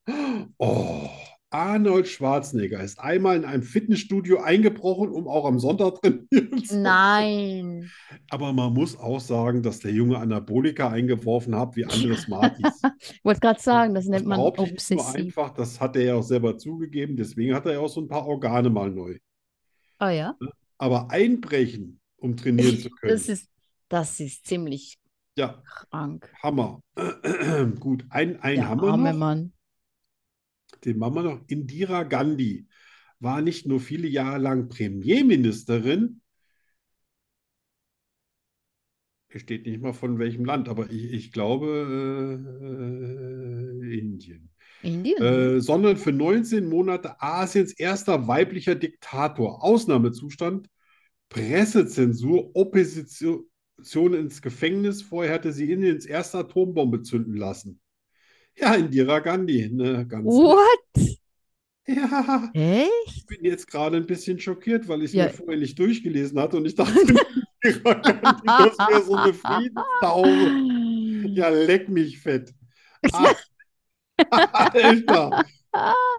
S3: Oh, Arnold Schwarzenegger ist einmal in einem Fitnessstudio eingebrochen, um auch am Sonntag trainieren zu
S2: Nein.
S3: Aber man muss auch sagen, dass der junge Anabolika eingeworfen hat, wie andere Smarties.
S2: Ich wollte gerade sagen, das
S3: Das
S2: nennt man
S3: behaupte ich nicht nur
S2: obsessiv.
S3: einfach, das hat er ja auch selber zugegeben, deswegen hat er ja auch so ein paar Organe mal neu.
S2: Ah ja.
S3: Aber einbrechen, um trainieren zu können,
S2: Das ist, das ist ziemlich
S3: ja,
S2: krank.
S3: Hammer. Gut, ein, ein
S2: Der
S3: Hammer
S2: arme
S3: noch,
S2: Mann.
S3: den machen wir noch. Indira Gandhi war nicht nur viele Jahre lang Premierministerin, hier steht nicht mal von welchem Land, aber ich, ich glaube äh, äh, Indien.
S2: Indien.
S3: äh, sondern für 19 Monate Asiens erster weiblicher Diktator. Ausnahmezustand, Pressezensur, Opposition ins Gefängnis. Vorher hatte sie Indiens erste Atombombe zünden lassen. Ja, Indira Gandhi, ne, ganz.
S2: Oh. What?
S3: Ja,
S2: Echt?
S3: ich bin jetzt gerade ein bisschen schockiert, weil ich es
S2: Ja.
S3: mir vorher nicht durchgelesen hatte und ich dachte, Indira Gandhi, das wäre so eine Friedenstaube. Ja, leck mich fett. Ah. Alter.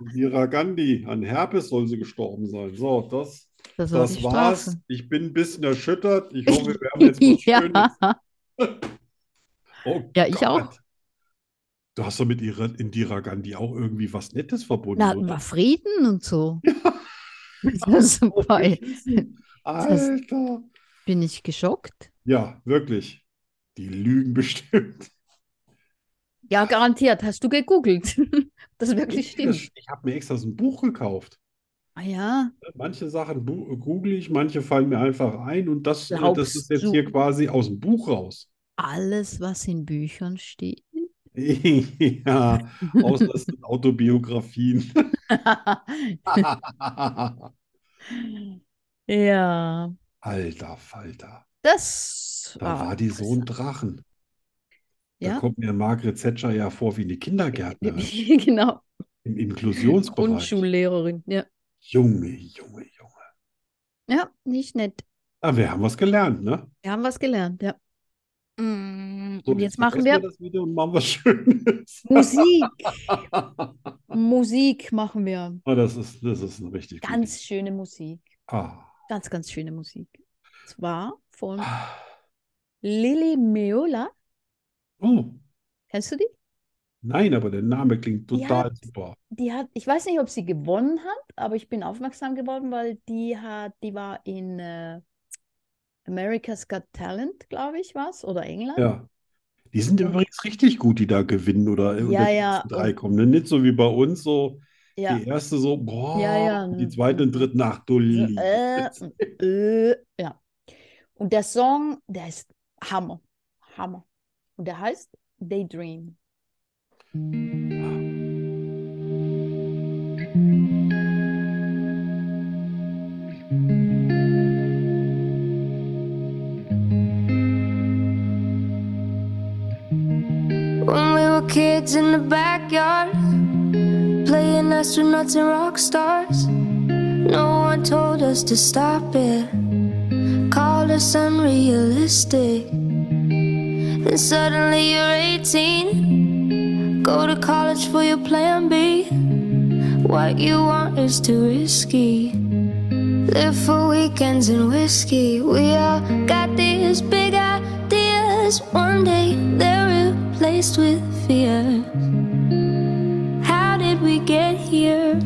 S3: Indira Gandhi, an Herpes soll sie gestorben sein. So, das,
S2: Das war
S3: das
S2: die
S3: war's.
S2: Strafe.
S3: Ich bin ein bisschen erschüttert. Ich hoffe, wir haben jetzt was
S2: Ja.
S3: Schönes. Oh
S2: Ja, ich auch.
S3: Gott. Du hast doch mit ihrer Indira Gandhi auch irgendwie was Nettes verbunden,
S2: Na,
S3: oder?
S2: war Frieden und so. Das ist bei,
S3: Alter.
S2: bin ich geschockt.
S3: Ja, wirklich. Die lügen bestimmt.
S2: Ja, garantiert. Hast du gegoogelt? Das wirklich stimmt.
S3: Ich habe mir extra so ein Buch gekauft.
S2: Ah ja,
S3: Manche Sachen bu- google ich, manche fallen mir einfach ein und das, äh, das
S2: Glaubst
S3: ist jetzt
S2: du?
S3: hier quasi aus dem Buch raus.
S2: alles, was in Büchern steht.
S3: Ja, außer es sind Autobiografien.
S2: Ja,
S3: Alter Falter,
S2: das
S3: da war die so ein Drachen. Da
S2: Ah, Ja.
S3: kommt mir Margaret Thatcher ja vor wie eine Kindergärtnerin
S2: Genau.
S3: im Inklusionsbereich.
S2: Grundschullehrerin. Ja.
S3: Junge, Junge, Junge.
S2: ja, nicht nett.
S3: Aber wir haben was gelernt, ne?
S2: Wir haben was gelernt, ja.
S3: So,
S2: Mm, Und jetzt machen
S3: vergessen
S2: wir
S3: das wieder und machen was Schönes.
S2: Musik.
S3: Ah,
S2: Musik machen wir.
S3: das ist, das ist eine richtig gute
S2: Ganz schöne Musik.
S3: Ah.
S2: Ganz, ganz schöne Musik. Und zwar von
S3: Ah.
S2: Lili Meola.
S3: Oh,
S2: Kennst du die?
S3: nein, aber der Name klingt
S2: Ja.
S3: total super.
S2: Die hat, ich weiß nicht, ob sie gewonnen hat, aber ich bin aufmerksam geworden, weil die hat, die war in äh, America's Got Talent, glaube ich, was, oder England.
S3: Ja. Die sind übrigens richtig gut, die da gewinnen oder unter
S2: Ja,
S3: die
S2: ja,
S3: ersten drei
S2: und-
S3: kommen. Ne? Nicht so wie bei uns, so
S2: Ja.
S3: die erste so, boah,
S2: Ja, ja,
S3: und
S2: ne.
S3: die zweite und dritte, ach du
S2: So,
S3: liebes
S2: äh,
S3: bisschen.
S2: äh, ja. Und der Song, der ist Hammer. Hammer. Und der heißt Daydream.
S5: When we were kids in the backyard, playing astronauts and rock stars, no one told us to stop it. Called us unrealistic. Then suddenly you're 18, go to college for your plan B. What you want is too risky. Live for weekends and whiskey. We all got these big ideas. One day they're replaced with fears. How did we get here?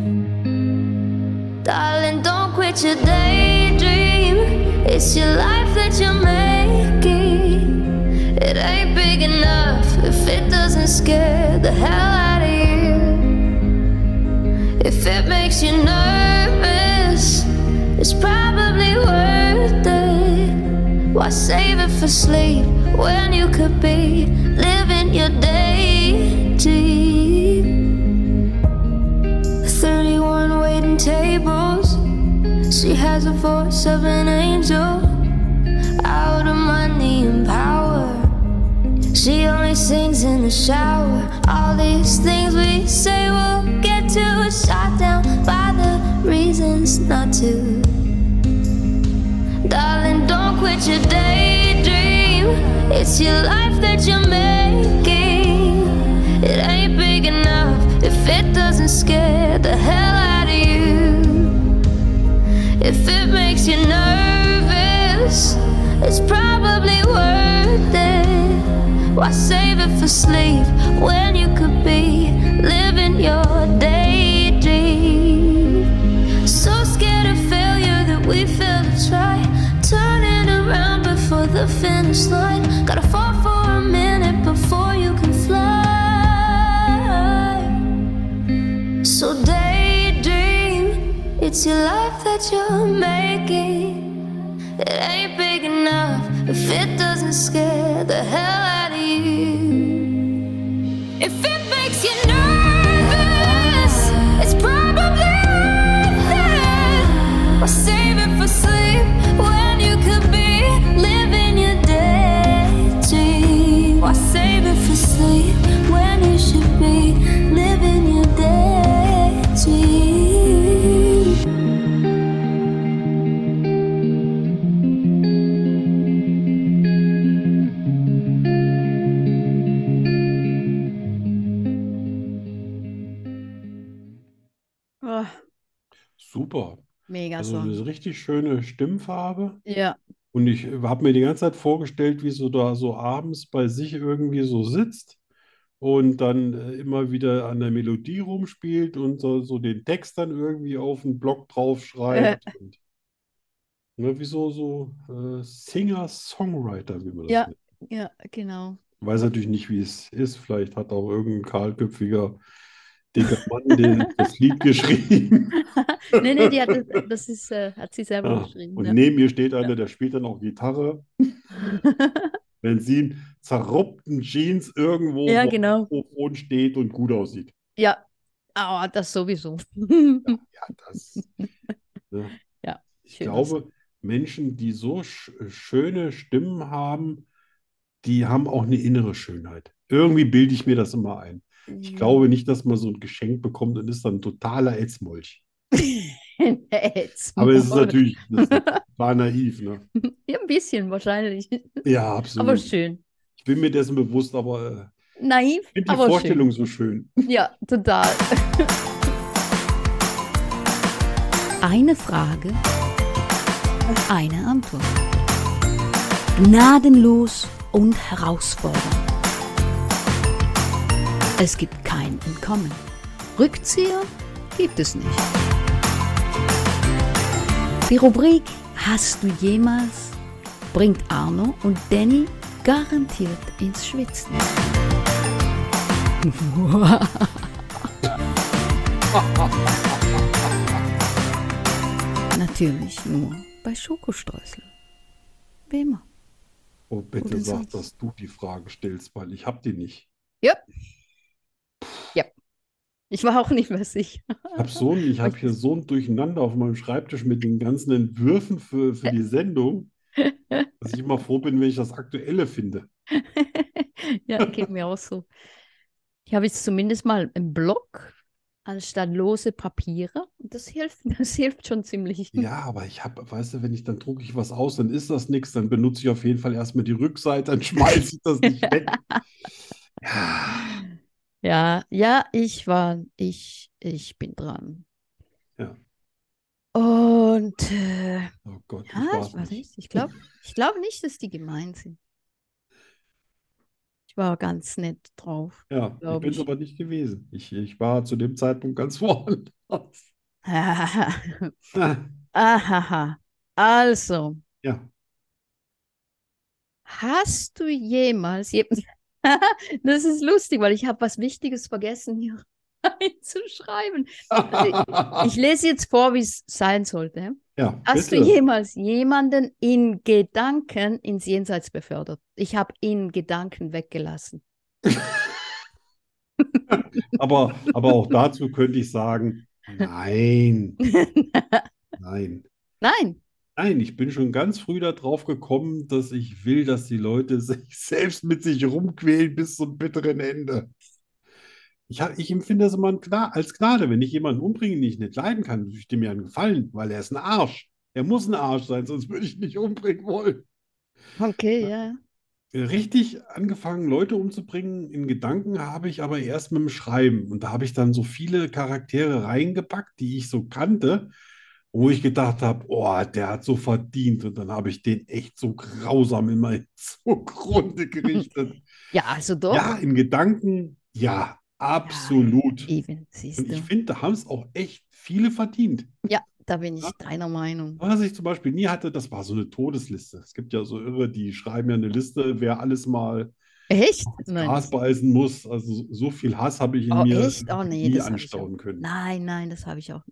S5: Darling, don't quit your daydream. It's your life that you're making. It ain't big enough if it doesn't scare the hell out of you. If it makes you nervous, it's probably worth it. Why save it for sleep when you could be living your daydream? 31 waiting tables. She has a voice of an angel. Out of money and power. She only sings in the shower. All these things we say will get too shot down by the reasons not to. Darling, don't quit your daydream. It's your life that you're making. It ain't big enough if it doesn't scare the hell out of you. If it makes you nervous, it's probably worth it. Why save it for sleep when you could be living your daydream? So scared of failure that we fail to try. Turning around before the finish line. Gotta fall for a minute before you can fly. So daydream, it's your life that you're making. It ain't big enough if it doesn't scare the hell out of you. If it makes you nervous, it's probably worth it. Or save it for sleep when you could be living your daydream. Why save it for sleep when you should be living your daydream?
S2: Ah,
S3: Super.
S2: mega
S3: Also
S2: Song.
S3: eine richtig schöne Stimmfarbe.
S2: Ja,
S3: Und ich äh, habe mir die ganze Zeit vorgestellt, wie so da so abends bei sich irgendwie so sitzt und dann äh, immer wieder an der Melodie rumspielt und so, so den Text dann irgendwie auf den Block draufschreibt. Und, ne, wie so, so äh, Singer-Songwriter, wie man das
S2: Ja.
S3: nennt.
S2: ja, genau.
S3: Weiß natürlich nicht, wie es ist. Vielleicht hat auch irgendein kahlköpfiger, dicker Mann den, das Lied geschrieben.
S2: äh, Nee, nee, die hat, das- das ist, äh, hat sie selber
S3: Ja.
S2: geschrieben.
S3: Ah, Und
S2: ja.
S3: neben ihr steht einer, der spielt dann auch Gitarre. Wenn sie in zerrupften Jeans irgendwo
S2: Ja,
S3: vor dem
S2: genau.
S3: Mikrofon steht und gut aussieht.
S2: Ja, aber das sowieso.
S3: Ja, das, ne?
S2: Ja,
S3: Ich
S2: schön
S3: glaube, Menschen, die so sch schöne Stimmen haben, die haben auch eine innere Schönheit. Irgendwie bilde ich mir das immer ein. Ich glaube nicht, dass man so ein Geschenk bekommt und ist dann ein totaler Ätzmolch.
S2: Jetzt
S3: Aber es ist halt
S2: mal.
S3: natürlich, das war naiv, ne?
S2: Ja, ein bisschen wahrscheinlich.
S3: Ja,
S2: Aber
S3: absolut.
S2: schön.
S3: Ich bin mir dessen bewusst, aber äh,
S2: Naiv,
S3: ich finde die
S2: aber
S3: Vorstellung so schön.
S2: schön. Ja, total.
S1: Eine Frage, eine Antwort. Gnadenlos und herausfordernd. Es gibt kein Entkommen. Rückzieher gibt es nicht. Die Rubrik Hast du jemals bringt Arno und Danny garantiert ins Schwitzen. Natürlich nur bei Schokostreusel. Wie immer.
S3: Oh, bitte
S1: Guten
S3: sag,
S1: Satz.
S3: dass du die Fragen stellst, weil ich habe die nicht.
S2: Ich war auch nicht mehr sicher.
S3: Ich habe so ein, ich habe hier so ein Durcheinander auf meinem Schreibtisch mit den ganzen Entwürfen für, für die Sendung, dass ich immer froh bin, wenn ich das Aktuelle finde.
S2: Ja, geht mir auch so. Ich habe jetzt zumindest mal einen Block anstatt lose Papiere. Das hilft, das hilft schon ziemlich.
S3: Ja, aber ich habe, weißt du, wenn ich dann drucke ich was aus, dann ist das nichts, dann benutze ich auf jeden Fall erstmal die Rückseite, dann schmeiße ich das nicht weg. Ja,
S2: Ja, ja, ich war, ich, ich bin dran.
S3: Ja.
S2: Und äh,
S3: oh Gott, ich
S2: ja,
S3: war's
S2: ich weiß
S3: nicht.
S2: nicht. Ich glaube, ich glaube nicht, dass die gemein sind. Ich war ganz nett drauf.
S3: Ja, ich
S2: glaub
S3: bin es
S2: ich. Also
S3: aber nicht gewesen. Ich, ich war zu dem Zeitpunkt ganz woanders.
S2: Ahaha. Also,
S3: Ja,
S2: hast du jemals. Je das ist lustig, weil ich habe was Wichtiges vergessen hier reinzuschreiben. Ich lese jetzt vor, wie es sein sollte.
S3: ja,
S2: Hast
S3: bitte.
S2: du jemals jemanden in Gedanken ins Jenseits befördert? Ich habe in Gedanken weggelassen.
S3: Aber, aber auch dazu könnte ich sagen, nein, nein,
S2: Nein.
S3: nein, ich bin schon ganz früh darauf gekommen, dass ich will, dass die Leute sich selbst mit sich rumquälen bis zum bitteren Ende. Ich, hab, ich empfinde das immer ein Gna- als Gnade, wenn ich jemanden umbringe, den ich nicht leiden kann, tue ich dem ja einen Gefallen, weil er ist ein Arsch. Er muss ein Arsch sein, sonst würde ich ihn nicht umbringen wollen.
S2: Okay, ja.
S3: Richtig angefangen, Leute umzubringen, in Gedanken habe ich aber erst mit dem Schreiben. Und da habe ich dann so viele Charaktere reingepackt, die ich so kannte, wo ich gedacht habe, oh, der hat so verdient. Und dann habe ich den echt so grausam immer zugrunde gerichtet.
S2: Ja, also doch.
S3: Ja, in Gedanken, ja, absolut.
S2: Eben, siehst
S3: Und ich
S2: du.
S3: finde, da haben es auch echt viele verdient.
S2: Da bin ich deiner Meinung.
S3: Was ich zum Beispiel nie hatte, das war so eine Todesliste. Es gibt ja so Irre, die schreiben ja eine Liste, wer alles mal.
S2: Echt? Nein.
S3: Gras beißen muss. Also so viel Hass habe ich in
S2: Oh,
S3: mir
S2: echt? Oh, nee,
S3: nie
S2: das hab ich
S3: anstauen können.
S2: Nein, nein, das habe ich auch.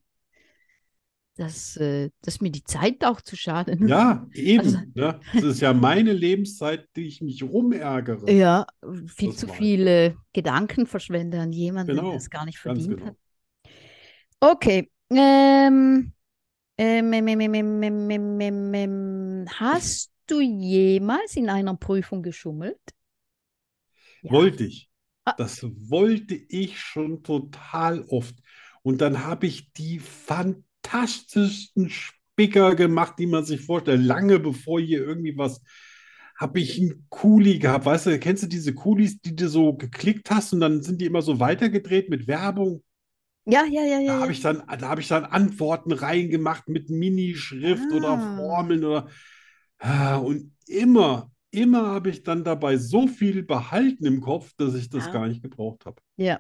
S2: Das, äh, das ist mir die Zeit auch zu schaden.
S3: Ja, eben.
S2: Also-
S3: Ne? Das ist ja meine Lebenszeit, die ich mich rumärgere.
S2: Ja, viel
S3: Das
S2: zu
S3: war-
S2: viele Gedanken verschwende an jemanden,
S3: Genau,
S2: der es gar nicht
S3: Ganz
S2: verdient
S3: genau.
S2: hat. Okay. Ähm, ähm, ähm, ähm, ähm, ähm, ähm, ähm, ähm, hast du jemals in einer Prüfung geschummelt? Ja.
S3: Wollte ich.
S2: Ah.
S3: Das wollte ich schon total oft. Und dann habe ich die fantastischsten Spicker gemacht, die man sich vorstellt. Lange bevor hier irgendwie was, habe ich einen Kuli gehabt. Weißt du, kennst du diese Kulis, die du so geklickt hast und dann sind die immer so weitergedreht mit Werbung?
S2: Ja, ja, ja,
S3: Da
S2: ja,
S3: habe
S2: ja.
S3: ich dann, da habe ich dann Antworten reingemacht mit Minischrift oder
S2: Ah.
S3: Formeln oder Ah, und immer, immer habe ich dann dabei so viel behalten im Kopf, dass ich das
S2: Ja.
S3: gar nicht gebraucht habe.
S2: Ja,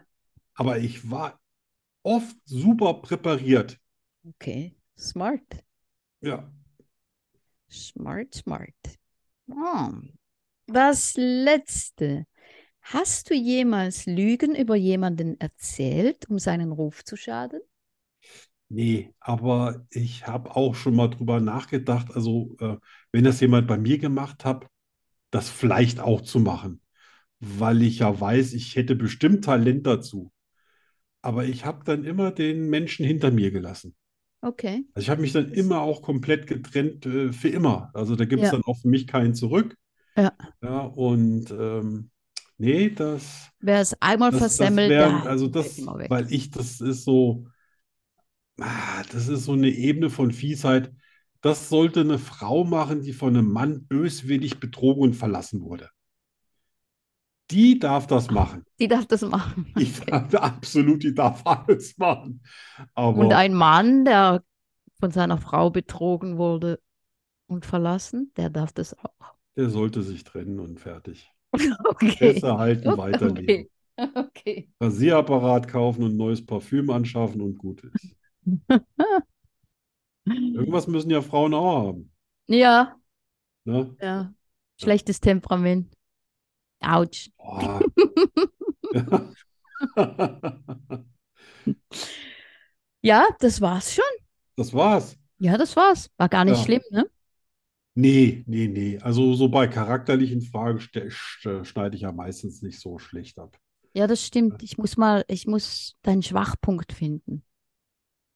S3: Aber ich war oft super präpariert.
S2: okay. Smart.
S3: Ja.
S2: Smart, smart. Ah. Das letzte. Hast du jemals Lügen über jemanden erzählt, um seinen Ruf zu schaden?
S3: Nee, aber ich habe auch schon mal drüber nachgedacht, also äh, wenn das jemand bei mir gemacht hat, das vielleicht auch zu machen, weil ich ja weiß, ich hätte bestimmt Talent dazu. Aber ich habe dann immer den Menschen hinter mir gelassen.
S2: Okay.
S3: Also ich habe mich dann immer auch komplett getrennt, äh, für immer. Also da gibt es
S2: Ja.
S3: dann auch für mich keinen zurück.
S2: Ja.
S3: Ja, und ähm, nee, das.
S2: Wer es einmal
S3: Das, das
S2: versemmelt,
S3: wären-
S2: der
S3: also
S2: geht
S3: das,
S2: immer weg.
S3: weil ich, das ist so, ah, das ist so eine Ebene von Fiesheit. Das sollte eine Frau machen, die von einem Mann böswillig betrogen und verlassen wurde. Die darf das machen.
S2: Die darf das machen.
S3: Die darf, absolut, die darf alles machen.
S2: Und
S3: Aber
S2: ein Mann, der von seiner Frau betrogen wurde und verlassen, der darf das auch.
S3: der sollte sich trennen und fertig.
S2: Okay.
S3: Fresse halten, weiterleben.
S2: Okay. Okay.
S3: Rasierapparat kaufen und neues Parfüm anschaffen und gut ist. Irgendwas müssen ja Frauen auch haben.
S2: Ja,
S3: Ne?
S2: ja. Schlechtes Temperament. Autsch.
S3: Oh.
S2: Ja, das war's schon.
S3: Das war's.
S2: Ja, das war's. War gar nicht
S3: Ja.
S2: schlimm, ne?
S3: Nee, nee, nee. Also so bei charakterlichen Fragen ste- sch- schneide ich ja meistens nicht so schlecht ab.
S2: Ja, das stimmt. Ich muss mal, ich muss deinen Schwachpunkt finden.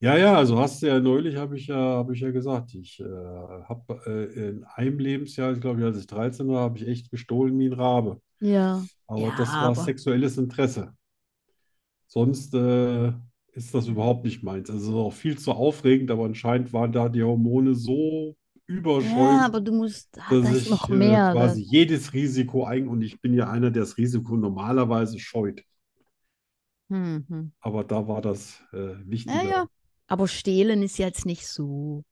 S3: Ja, ja, also hast du ja neulich, habe ich ja, habe ich ja gesagt, ich äh, habe äh, in einem Lebensjahr, ich glaube, als ich 13 war, habe ich echt gestohlen wie ein Rabe.
S2: Ja.
S3: Aber
S2: Ja,
S3: das war
S2: aber-
S3: sexuelles Interesse. Sonst äh, ist das überhaupt nicht meins. Also es ist auch viel zu aufregend, aber anscheinend waren da die Hormone so überschäumend.
S2: Ja, aber du musst, ah, da
S3: dass
S2: ist
S3: ich
S2: noch
S3: äh,
S2: mehr. ne? da-
S3: quasi jedes Risiko ein und ich bin ja einer, der das Risiko normalerweise scheut.
S2: Hm, hm.
S3: Aber da war das äh, wichtiger.
S2: Ja, ja. Aber stehlen ist jetzt nicht so,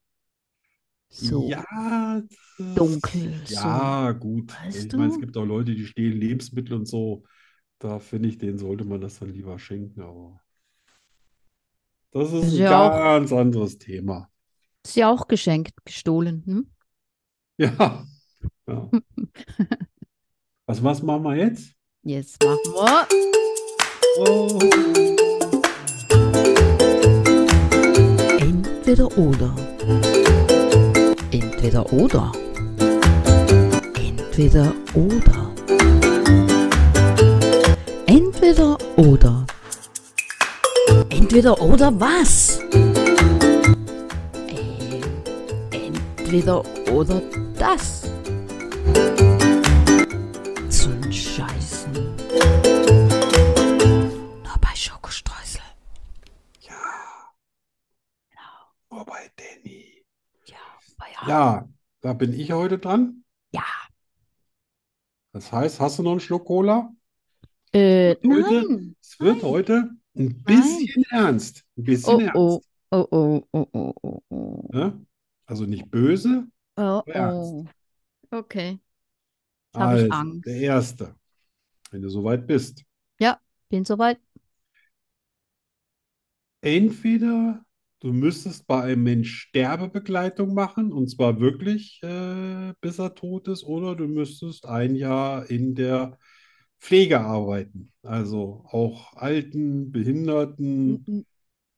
S2: so
S3: Ja, das-
S2: dunkel. So.
S3: ja, gut.
S2: Weißt
S3: ich meine, es
S2: du?
S3: gibt auch Leute, die stehlen Lebensmittel und so. Da finde ich, denen sollte man das dann lieber schenken. Aber Das ist
S2: Ist
S3: ein
S2: ja auch-
S3: ganz anderes Thema.
S2: Ist ja auch geschenkt, gestohlen. Hm?
S3: Ja. ja. was, was machen wir jetzt?
S2: Jetzt machen wir.
S3: Oh.
S1: Entweder oder. Entweder oder. Entweder oder. Entweder oder. Entweder oder was? Ähm, Entweder oder das. Zum Scheißen. Nur bei Schokostreusel.
S3: Oh, bei Danny.
S1: Ja, bei
S3: Ja, da bin ich heute dran.
S1: Ja.
S3: Das heißt, hast du noch einen Schluck Cola?
S2: Äh,
S3: Leute,
S2: nein.
S3: Es wird heute ein bisschen ernst. Ein bisschen ernst.
S2: Oh, oh, oh, oh, oh, oh, oh, oh.
S3: Ne? Also nicht böse.
S2: Oh,
S3: Ernst.
S2: oh. Okay, Hab ich
S3: Also,
S2: Angst.
S3: der erste. Wenn du soweit bist.
S2: bin soweit.
S3: Entweder du müsstest bei einem Mensch Sterbebegleitung machen, und zwar wirklich, äh, bis er tot ist, oder du müsstest ein Jahr in der Pflege arbeiten. Also auch Alten, Behinderten
S2: Mhm.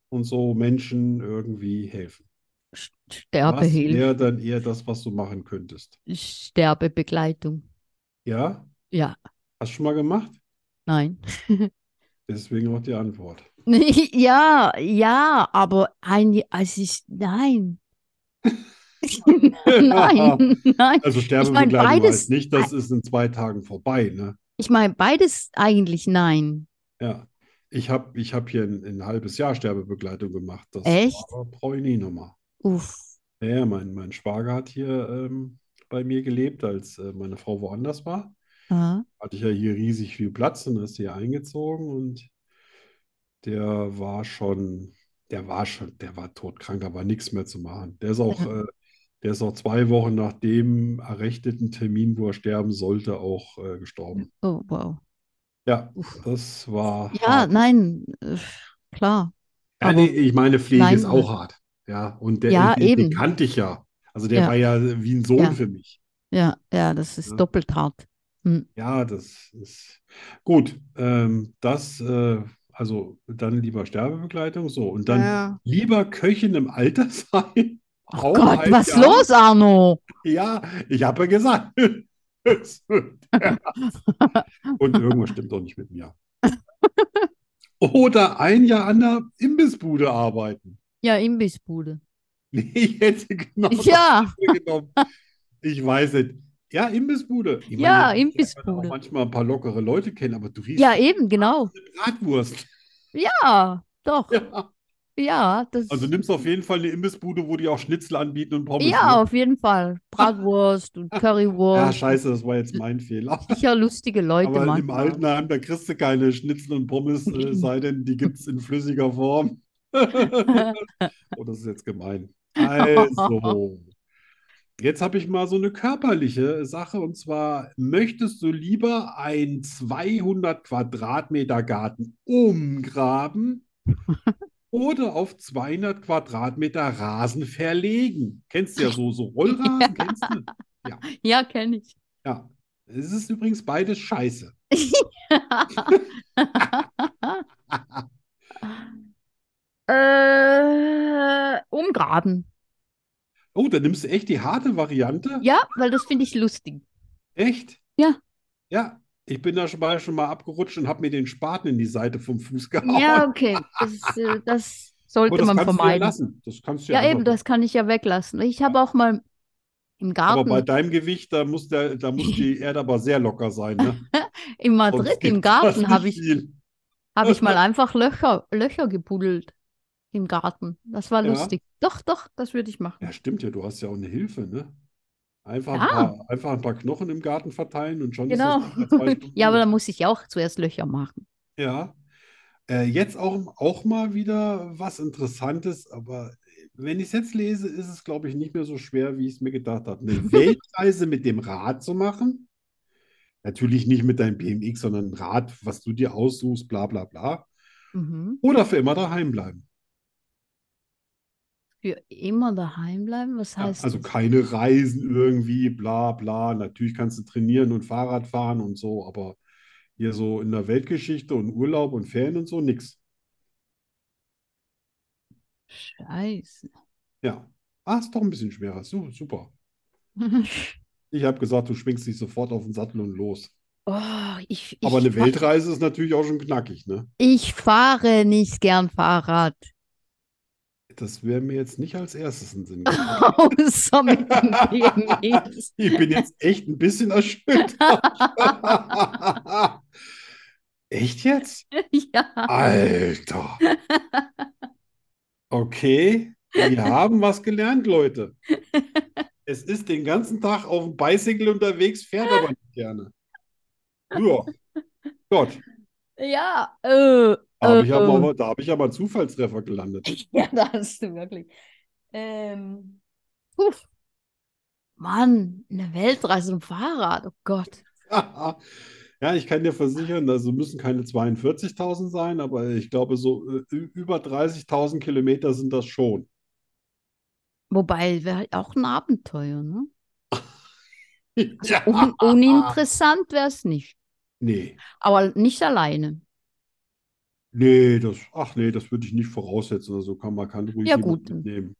S3: und so Menschen irgendwie helfen.
S2: S-
S3: Was
S2: Sterbehilfe,
S3: wäre dann eher das, was du machen könntest?
S2: Sterbebegleitung.
S3: Ja?
S2: Ja,
S3: Hast du schon mal gemacht?
S2: nein.
S3: Deswegen auch die Antwort.
S2: Ja, ja, aber ein, es ist, nein. Nein, nein.
S3: Also
S2: meine,
S3: Sterbebegleitung heißt
S2: beides-
S3: nicht, das ist in zwei Tagen vorbei, ne?
S2: Ich meine, beides eigentlich nein.
S3: Ja. Ich habe ich hab hier ein, ein halbes Jahr Sterbebegleitung gemacht. Das
S2: Echt?
S3: war- brauche ich nie nochmal.
S2: Uff.
S3: Ja, ja, mein, mein Schwager hat hier ähm, bei mir gelebt, als äh, meine Frau woanders war.
S2: Ah.
S3: Hatte ich ja hier riesig viel Platz und ist hier eingezogen und der war schon, der war schon, der war todkrank, da war nichts mehr zu machen. Der ist auch, äh, der ist auch zwei Wochen nach dem errechneten Termin, wo er sterben sollte, auch äh, gestorben.
S2: Oh, wow.
S3: Ja,
S2: Uff.
S3: Ah, das war
S2: Ja,
S3: hart.
S2: nein, äh, klar.
S3: Ja,
S2: aber-
S3: nee, ich meine, Pflege
S2: Nein, äh,
S3: ist auch hart. Ja, und der,
S2: Ja,
S3: den, den
S2: eben.
S3: kannte ich ja. Also der
S2: Ja.
S3: war ja wie ein Sohn
S2: Ja.
S3: für mich.
S2: Ja, ja, das ist
S3: Ja.
S2: doppelt hart.
S3: Ja, das ist gut. Ähm, das, äh, also dann lieber Sterbebegleitung, so. Und dann
S2: Ja.
S3: lieber Köchin im Altersheim.
S2: Oh
S3: Auch
S2: Gott,
S3: ein
S2: was
S3: Jahr.
S2: los, Arno?
S3: Ja, ich habe ja gesagt. es wird ernst. Und irgendwas stimmt doch nicht mit mir. Oder ein Jahr an der Imbissbude arbeiten.
S2: Ja, Imbissbude.
S3: Nee, ich hätte genau das
S2: Ja,
S3: genommen. Ich weiß nicht. Ja, Imbissbude. Ich meine,
S2: Ja,
S3: ich lerne auch
S2: Imbissbude.
S3: manchmal ein paar lockere Leute kennen, aber du riechst
S2: ja, eben, genau.
S3: eine Bratwurst.
S2: Ja, doch.
S3: Ja.
S2: Ja, das.
S3: Also nimmst auf jeden Fall eine Imbissbude, wo die auch Schnitzel anbieten und Pommes.
S2: Ja, oh.
S3: ne?
S2: auf jeden Fall. Bratwurst und
S3: Ja,
S2: Currywurst.
S3: Ah, scheiße, das war jetzt mein Fehler.
S2: Sicher lustige Leute
S3: Aber im
S2: manchmal.
S3: Altenheim, da kriegst du keine Schnitzel und Pommes, äh, sei denn, die gibt es in flüssiger Form. Oh, das ist jetzt gemein. Also, jetzt habe ich mal so eine körperliche Sache und zwar: Möchtest du lieber einen 200 Quadratmeter Garten umgraben oder auf 200 Quadratmeter Rasen verlegen? Kennst du ja so, so Rollrasen, kennst du?
S2: Ja, kenne ich.
S3: Ja, es ist übrigens beides scheiße.
S2: Äh, umgraben.
S3: Oh, dann nimmst du echt die harte Variante?
S2: Ja, weil das finde ich lustig.
S3: Echt?
S2: Ja.
S3: Ja, ich bin da schon mal, schon mal abgerutscht und habe mir den Spaten in die Seite vom Fuß gehauen.
S2: Ja, okay. Das, äh, das
S3: Aber
S2: sollte
S3: Oh. das
S2: man
S3: kannst du ja
S2: vermeiden.
S3: lassen. Das kannst du ja
S2: Ja, eben,
S3: einfach-
S2: das kann ich ja weglassen. Ich habe auch mal im
S3: Aber bei
S2: Garten,
S3: deinem Gewicht, da muss, der, da muss die Erde aber sehr locker sein. Ne?
S2: in
S3: Sonst
S2: Madrid, im
S3: gibt's das
S2: Garten habe
S3: nicht
S2: ich,
S3: viel.
S2: habe ich mal einfach Löcher, Löcher gebuddelt im Garten. Das war
S3: Ja.
S2: lustig. Doch, doch, das würde ich machen.
S3: Ja, stimmt ja, du hast ja auch eine Hilfe, ne? Einfach ein
S2: Ja.
S3: paar, einfach ein paar Knochen im Garten verteilen und schon ist das
S2: Genau.
S3: Ding nach zwei Stunden
S2: Ja, aber
S3: durch.
S2: da muss ich auch zuerst Löcher machen.
S3: Ja, äh, jetzt auch, auch mal wieder was Interessantes, aber wenn ich es jetzt lese, ist es, glaube ich, nicht mehr so schwer, wie ich es mir gedacht habe. Eine Weltreise mit dem Rad zu machen, natürlich nicht mit deinem BMX, sondern ein Rad, was du dir aussuchst, bla bla bla,
S2: Mhm.
S3: oder für immer daheim bleiben.
S2: für immer daheim bleiben? Was
S3: Ja,
S2: heißt
S3: also
S2: das?
S3: keine Reisen irgendwie, bla bla. Natürlich kannst du trainieren und Fahrrad fahren und so, aber hier so in der Weltgeschichte und Urlaub und Ferien und so, nix.
S2: Scheiße.
S3: Ja. Ah, ist doch ein bisschen schwerer. Su super. Ich habe gesagt, du schwingst dich sofort auf den Sattel und los.
S2: Oh, ich, ich,
S3: Aber eine
S2: fa-
S3: Weltreise ist natürlich auch schon knackig, ne?
S2: ich fahre nicht gern Fahrrad.
S3: Das wäre mir jetzt nicht als erstes in den Sinn gekommen.
S2: Außer mit dem BMX.
S3: Ich bin jetzt echt ein bisschen erschüttert. Echt jetzt?
S2: Ja.
S3: Alter. Okay, wir haben was gelernt, Leute. Es ist den ganzen Tag auf dem Bicycle unterwegs, fährt aber nicht gerne. Ja, Gott,
S2: Ja, äh,
S3: da habe ich
S2: äh,
S3: aber, da habe ich aber einen Zufallstreffer gelandet.
S2: ja, da hast du wirklich. Ähm, uff. Mann, eine Weltreise im Fahrrad, oh Gott.
S3: Ja, ich kann dir versichern, also müssen keine 42.000 sein, aber ich glaube, so äh, ü- über 30.000 Kilometer sind das schon.
S2: Wobei, wäre auch ein Abenteuer, ne?
S3: Ja.
S2: Un uninteressant wäre es nicht.
S3: Nee,
S2: Aber nicht alleine.
S3: nee, das, ach nee, das würde ich nicht voraussetzen. Also kann man kann ruhig
S2: Ja,
S3: jemanden
S2: gut.
S3: mitnehmen.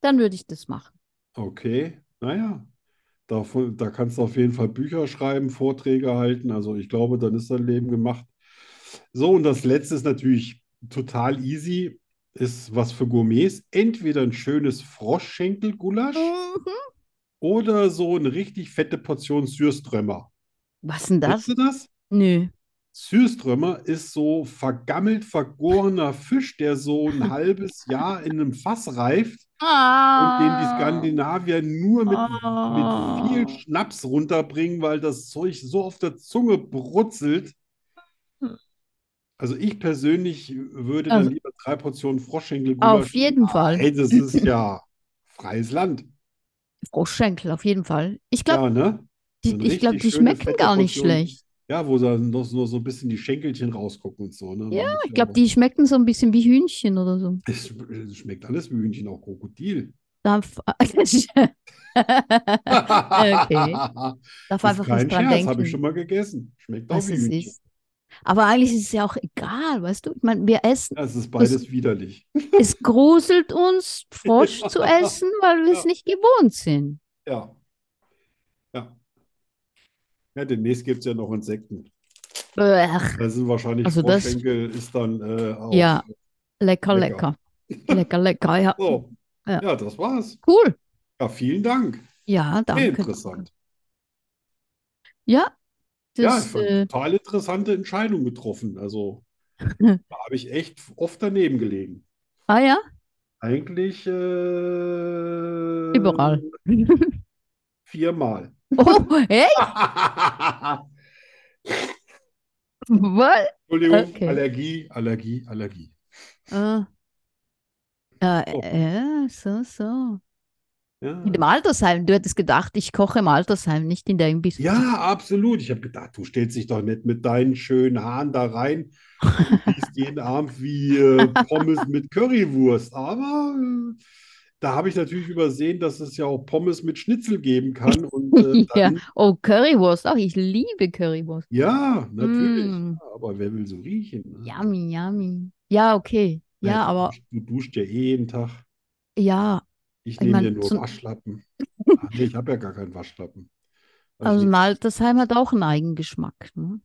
S2: Dann würde ich das machen.
S3: Okay, naja. Davon, da kannst du auf jeden Fall Bücher schreiben, Vorträge halten. Also ich glaube, dann ist dein Leben gemacht. So, und das Letzte ist natürlich total easy, ist was für Gourmets. Entweder ein schönes Froschschenkel-Gulasch
S2: Oh.
S3: oder so eine richtig fette Portion Sürströmer.
S2: Was denn
S3: Kennst
S2: das?
S3: du das?
S2: Nö.
S3: Sürströmer ist so vergammelt, vergorener Fisch, der so ein halbes Jahr in einem Fass reift und den die Skandinavier nur mit,
S2: Ah.
S3: mit viel Schnaps runterbringen, weil das Zeug so auf der Zunge brutzelt. Also ich persönlich würde dann
S2: Hm. Also-
S3: lieber drei Portionen Froschschenkel-Gulasch.
S2: Auf jeden Fall.
S3: Ey, das ist ja freies Land.
S2: Froschschenkel, auf jeden Fall. Ich glaube,
S3: Ja, ne? so
S2: die,
S3: eine
S2: ich glaub,
S3: richtig
S2: die
S3: schöne,
S2: schmecken
S3: fette
S2: gar nicht
S3: Portion.
S2: schlecht.
S3: Ja, wo dann noch so so ein bisschen die Schenkelchen rausgucken und so, ne?
S2: Ja,
S3: Weil
S2: Ich glaube, die schmecken so ein bisschen wie Hühnchen oder so.
S3: Es sch- es schmeckt alles wie Hühnchen, auch Krokodil.
S2: Darf, darf Okay.
S3: Das
S2: einfach
S3: ist kein Scherz, habe
S2: nicht dran denken.
S3: ich schon mal gegessen. Schmeckt auch
S2: was
S3: wie
S2: es
S3: Hühnchen.
S2: ist. Aber eigentlich ist es ja auch egal, weißt du? Ich meine, wir essen,
S3: Ja, es ist beides widerlich.
S2: es gruselt uns, Frosch zu essen, weil wir es
S3: Ja.
S2: nicht gewohnt sind.
S3: Ja. Ja. Ja, demnächst gibt es ja noch Insekten.
S2: Blech.
S3: Da sind wahrscheinlich
S2: Also das-
S3: Froschschenkel ist dann äh, auch.
S2: Ja. Lecker,
S3: Lecker.
S2: lecker. Lecker, lecker, ja.
S3: So.
S2: Ja.
S3: Ja, das war's.
S2: Cool.
S3: Ja, vielen Dank.
S2: Ja,
S3: Sehr
S2: danke.
S3: interessant.
S2: Ja,
S3: Ja, ich
S2: das,
S3: fand
S2: äh,
S3: total interessante Entscheidung getroffen. Also, da habe ich echt oft daneben gelegen.
S2: ah ja,
S3: Eigentlich äh,
S2: überall.
S3: viermal.
S2: Oh, hey,
S3: Ähm.
S2: was?
S3: Entschuldigung,
S2: Okay.
S3: Allergie, Allergie, Allergie.
S2: Ah. Äh,
S3: So.
S2: äh, so, so.
S3: Ja,
S2: In dem Altersheim, du hättest gedacht, ich koche im Altersheim, nicht in der Imbiss.
S3: ja absolut. Ich habe gedacht, du stellst dich doch nicht mit deinen schönen Haaren da rein und isst jeden Abend wie äh, Pommes mit Currywurst. Aber äh, da habe ich natürlich übersehen, dass es ja auch Pommes mit Schnitzel geben kann. Und äh,
S2: Ja.
S3: dann,
S2: Oh, Currywurst, auch ich liebe Currywurst.
S3: ja, natürlich.
S2: Mm.
S3: Aber wer will so riechen? ne?
S2: Yummy, yummy. Ja, okay. Ja,
S3: Naja, du
S2: aber
S3: duscht- Du duscht ja eh jeden Tag.
S2: ja,
S3: Ich
S2: Ich
S3: nehme
S2: mein,
S3: ja nur
S2: so-
S3: Waschlappen. Ach nee, ich habe ja gar keinen Waschlappen. Hab ich
S2: also ein
S3: nicht.
S2: Altersheim hat auch einen eigenen Geschmack. Ne?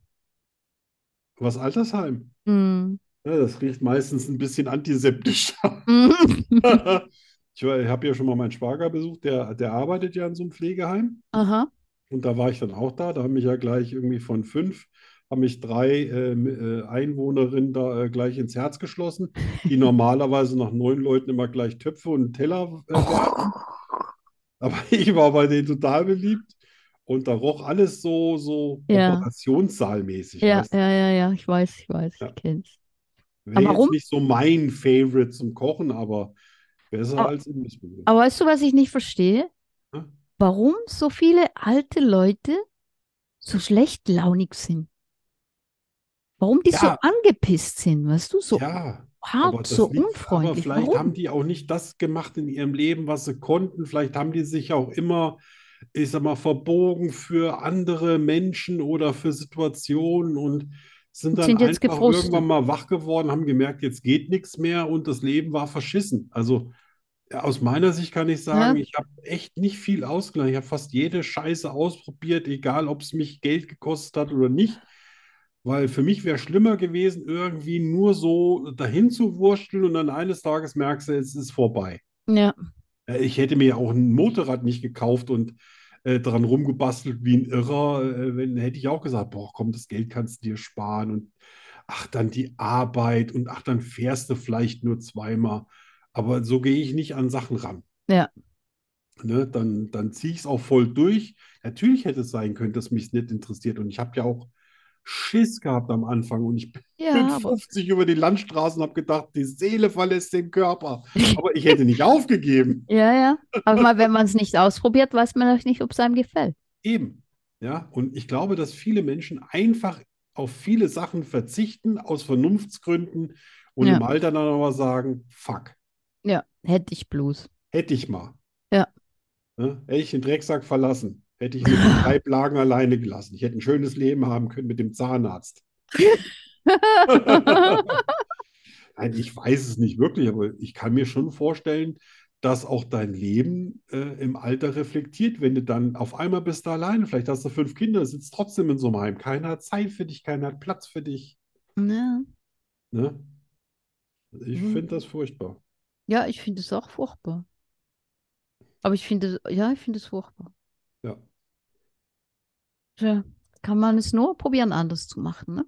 S3: Was Altersheim?
S2: Mm.
S3: Ja, das riecht meistens ein bisschen antiseptisch.
S2: Mm.
S3: Ich habe ja schon mal meinen Schwager besucht, der, der arbeitet ja in so einem Pflegeheim.
S2: Aha.
S3: Und da war ich dann auch da. Da haben mich ja gleich irgendwie von fünf, haben mich drei äh, m- äh, Einwohnerinnen da äh, gleich ins Herz geschlossen, die normalerweise nach neun Leuten immer gleich Töpfe und Teller äh, werfen. Aber ich war bei denen total beliebt. Und da roch alles so, so
S2: Ja.
S3: operationssaalmäßig.
S2: Ja,
S3: weißt du?
S2: ja, ja, ja, ich weiß, ich weiß,
S3: Ja.
S2: ich kenn's.
S3: Wäre jetzt
S2: warum?
S3: nicht so mein Favorite zum Kochen, aber besser
S2: Aber-
S3: als Imbissbude.
S2: Aber weißt du, was ich nicht verstehe?
S3: Hm?
S2: Warum so viele alte Leute so schlecht launig sind? Warum die so
S3: Ja.
S2: angepisst sind, weißt du? So,
S3: Ja, Aber
S2: hart,
S3: das
S2: so
S3: liegt- Aber
S2: unfreundlich.
S3: vielleicht
S2: Warum?
S3: haben die auch nicht das gemacht in ihrem Leben, was sie konnten. Vielleicht haben die sich auch immer, ich sag mal, verbogen für andere Menschen oder für Situationen und sind
S2: Und
S3: dann
S2: sind jetzt
S3: einfach
S2: gefrustet.
S3: irgendwann mal wach geworden, haben gemerkt, jetzt geht nichts mehr und das Leben war verschissen. Also ja, aus meiner Sicht kann ich sagen, ich habe echt nicht viel ausgelernt. Ich habe fast jede Scheiße ausprobiert, egal ob es mich Geld gekostet hat oder nicht. Weil für mich wäre schlimmer gewesen, irgendwie nur so dahin zu wursteln und dann eines Tages merkst du, es ist vorbei.
S2: Ja.
S3: Äh, Ich hätte mir auch ein Motorrad nicht gekauft und äh, dran rumgebastelt wie ein Irrer. Äh, wenn, hätte ich auch gesagt, boah, komm, das Geld kannst du dir sparen und ach, dann die Arbeit und ach, dann fährst du vielleicht nur zweimal. Aber so gehe ich nicht an Sachen ran.
S2: Ja.
S3: Ne, dann dann ziehe ich es auch voll durch. Natürlich hätte es sein können, dass mich es nicht interessiert. Und ich habe ja auch Schiss gehabt am Anfang und ich bin
S2: Ja, aber
S3: 50 über die Landstraßen und habe gedacht, die Seele verlässt den Körper. Aber ich hätte nicht aufgegeben.
S2: ja, ja. Aber mal, wenn man es nicht ausprobiert, weiß man auch nicht, ob es einem gefällt.
S3: Eben. Ja, und ich glaube, dass viele Menschen einfach auf viele Sachen verzichten aus Vernunftsgründen und
S2: Ja.
S3: im Alter dann aber sagen, fuck,
S2: Ja, hätte ich bloß.
S3: hätte ich mal.
S2: Ja.
S3: Ne? Hätte ich den Drecksack verlassen, hätte ich mich mit drei Plagen alleine gelassen. Ich hätte ein schönes Leben haben können mit dem Zahnarzt. Nein, ich weiß es nicht wirklich, aber ich kann mir schon vorstellen, dass auch dein Leben äh, im Alter reflektiert, wenn du dann auf einmal bist du alleine, vielleicht hast du fünf Kinder, sitzt trotzdem in so einem Heim. Keiner hat Zeit für dich, keiner hat Platz für dich.
S2: ja.
S3: Ne? Ich
S2: Mhm.
S3: finde das furchtbar.
S2: ja, ich finde es auch furchtbar. Aber ich finde, es- ja, ich finde es furchtbar.
S3: Ja.
S2: Tja, kann man es nur probieren, anders zu machen, ne?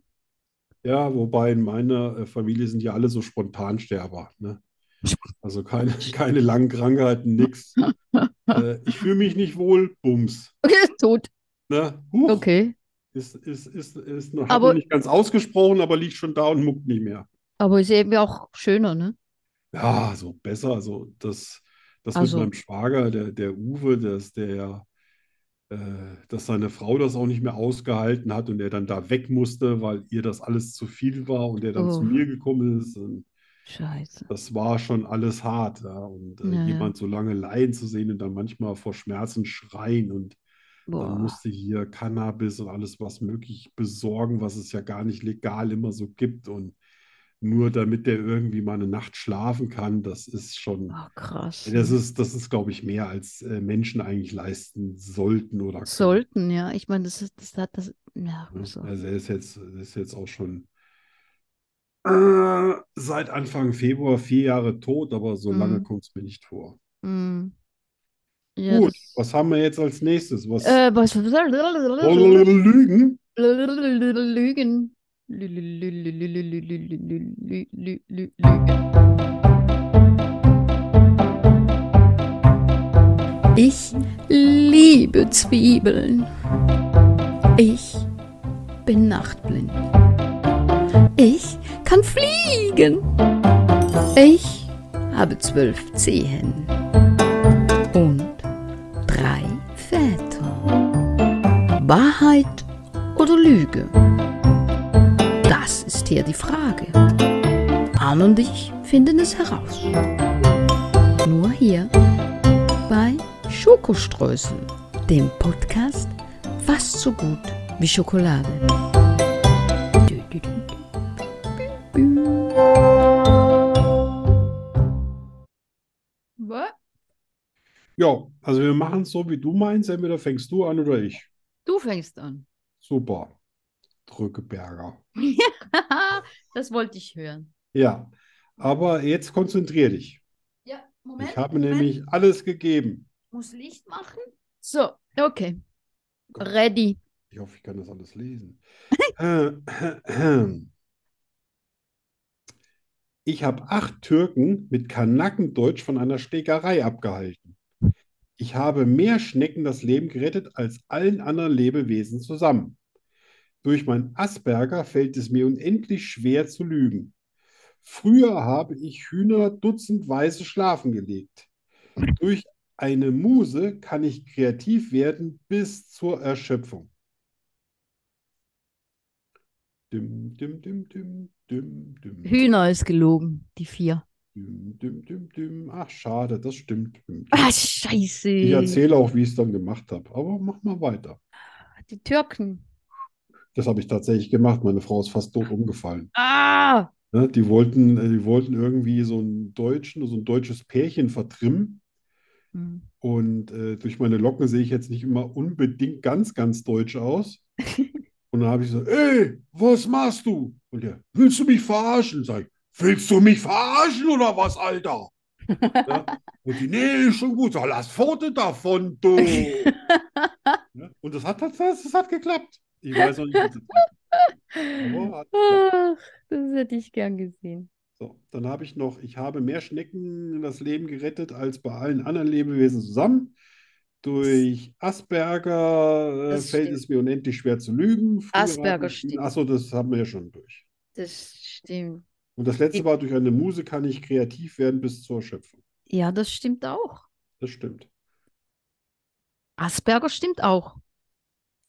S3: Ja, wobei in meiner äh, Familie sind ja alle so Spontansterber, ne? Also keine, keine langen Krankheiten, nix. Äh, ich fühle mich nicht wohl, Bums.
S2: Tot.
S3: Ne? Huch.
S2: Okay.
S3: Ist, ist, ist, ist noch, hat
S2: Aber-
S3: noch nicht ganz ausgesprochen, aber liegt schon da und muckt nicht mehr.
S2: Aber ist eben auch schöner, ne?
S3: Ja, so besser. Also das, das mit
S2: Also-
S3: meinem Schwager, der, der Uwe, dass der, äh, dass seine Frau das auch nicht mehr ausgehalten hat und er dann da weg musste, weil ihr das alles zu viel war und er dann zu
S2: Oh.
S3: mir gekommen ist. Und
S2: Scheiße.
S3: das war schon alles hart, ja. Und äh,
S2: Ja, ja.
S3: jemand so lange leiden zu sehen und dann manchmal vor Schmerzen schreien und dann
S2: Boah.
S3: musste hier Cannabis und alles, was möglich, besorgen, was es ja gar nicht legal immer so gibt. Und nur damit der irgendwie mal eine Nacht schlafen kann, das ist schon,
S2: Oh, krass.
S3: das ist, das ist, glaube ich, mehr als äh, Menschen eigentlich leisten sollten oder können.
S2: Sollten, ja. Ich meine, das, ist- das hat das. Ja,
S3: Ne?
S2: so.
S3: Also er ist jetzt, er ist jetzt auch schon äh, seit Anfang Februar vier Jahre tot, aber so lange
S2: Mhm.
S3: kommt es mir nicht vor.
S2: Mm. Ja,
S3: Gut,
S2: das-
S3: was haben wir jetzt als nächstes? Was
S2: Äh, was?
S3: Lügen?
S2: Lügen. Lügen.
S1: Ich liebe Zwiebeln. Ich bin nachtblind. Ich kann fliegen. Ich habe zwölf Zehen und drei Väter. Wahrheit oder Lüge? Das ist hier die Frage. Arne und ich finden es heraus. Nur hier bei Schokoströßen, dem Podcast fast so gut wie Schokolade. Dü, dü, dü, dü, dü, dü.
S2: Was?
S3: Ja, also wir machen es so, wie du meinst. Entweder fängst du an oder ich.
S2: Du fängst an.
S3: Super. Drückeberger.
S2: Das wollte ich hören.
S3: Ja, aber jetzt konzentrier dich.
S2: Ja, Moment.
S3: Ich habe nämlich alles gegeben.
S2: Muss Licht machen? So, okay. Ready.
S3: Ich hoffe, ich kann das alles lesen. Äh, Ich habe acht Türken mit Kanakendeutsch von einer Schlägerei abgehalten. Ich habe mehr Schnecken das Leben gerettet als allen anderen Lebewesen zusammen. Durch mein Asperger fällt es mir unendlich schwer zu lügen. Früher habe ich Hühner dutzendweise schlafen gelegt. Durch eine Muse kann ich kreativ werden bis zur Erschöpfung. Dim, dim, dim, dim, düm, düm,
S2: Hühner ist gelogen, die vier.
S3: düm, düm, düm, düm. Ach, schade, das stimmt. Düm, düm.
S2: Ah, scheiße.
S3: Ich erzähle auch, wie ich es dann gemacht habe. Aber mach mal weiter.
S2: Die Türken.
S3: Das habe ich tatsächlich gemacht. Meine Frau ist fast tot umgefallen.
S2: Ah!
S3: Ne? Die wollten, äh, die wollten irgendwie so einen Deutschen, so ein deutsches Pärchen vertrimmen.
S2: Hm.
S3: Und äh, durch meine Locken sehe ich jetzt nicht immer unbedingt ganz, ganz deutsch aus. Und dann habe ich so, ey, was machst du? Und der, willst du mich verarschen? Sag ich, willst du mich verarschen oder was, Alter? Ja? Und die, nee, ist schon gut. Sag, lass Foto davon, du. Ja? Und das hat, das, das hat geklappt. Ich weiß auch nicht, wie das Aber hat geklappt.
S2: Ach, das hätte ich gern gesehen.
S3: So, dann habe ich noch, ich habe mehr Schnecken das Leben gerettet als bei allen anderen Lebewesen zusammen. Durch Asperger äh,
S2: Das
S3: fällt es mir unendlich schwer zu lügen. Früher
S2: Asperger
S3: habe ich-
S2: stimmt.
S3: Ach so, das haben wir ja schon durch.
S2: Das stimmt.
S3: Und das letzte
S2: Ich-
S3: war, durch eine Muse kann ich kreativ werden bis zur Erschöpfung.
S2: Ja, das stimmt auch.
S3: Das stimmt.
S2: Asperger stimmt auch.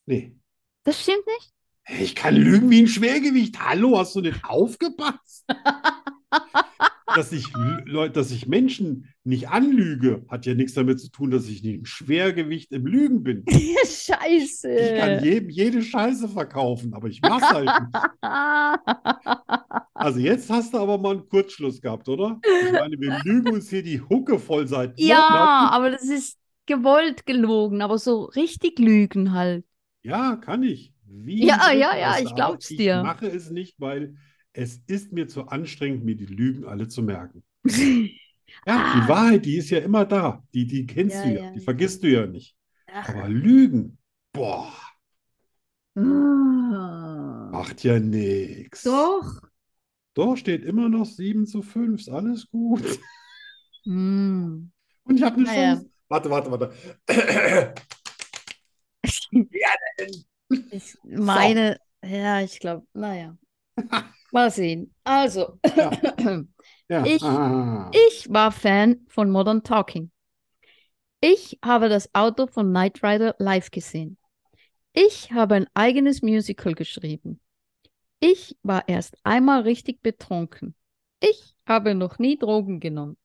S3: Nee.
S2: Das stimmt nicht.
S3: Ich kann lügen wie ein Schwergewicht. Hallo, hast du nicht aufgepasst? Dass ich, lü- Leute, dass ich Menschen nicht anlüge, hat ja nichts damit zu tun, dass ich nicht ein Schwergewicht im Lügen bin.
S2: Scheiße.
S3: Ich kann jedem jede Scheiße verkaufen, aber ich mach's halt nicht.
S2: Ah.
S3: Also jetzt hast du aber mal einen Kurzschluss gehabt, oder? Ich meine, wir lügen uns hier die Hucke voll seit
S2: ja, aber das ist gewollt gelogen, aber so richtig lügen halt.
S3: Ja, kann ich. Wie
S2: Ja,
S3: soll
S2: ja, ja,
S3: das?
S2: ich
S3: Aber
S2: glaub's
S3: ich
S2: dir.
S3: mache es nicht, weil es ist mir zu anstrengend, mir die Lügen alle zu merken. Ja, die
S2: Ah.
S3: Wahrheit, die ist ja immer da. Die, die kennst
S2: Ja,
S3: du ja,
S2: ja,
S3: die
S2: ja.
S3: vergisst du ja nicht.
S2: Ach.
S3: Aber Lügen, boah,
S2: Ah.
S3: macht ja nichts.
S2: Doch.
S3: Doch, steht immer noch 7 zu 5, ist alles gut.
S2: Hm.
S3: Und ich habe eine
S2: Naja.
S3: Chance. Warte, warte, warte.
S2: Ich meine, ja, ich glaube, naja. Mal sehen. Also,
S3: Ja. Ja.
S2: Ich-
S3: ah.
S2: ich war Fan von Modern Talking. Ich habe das Auto von Knight Rider live gesehen. Ich habe ein eigenes Musical geschrieben. Ich war erst einmal richtig betrunken. Ich habe noch nie Drogen genommen.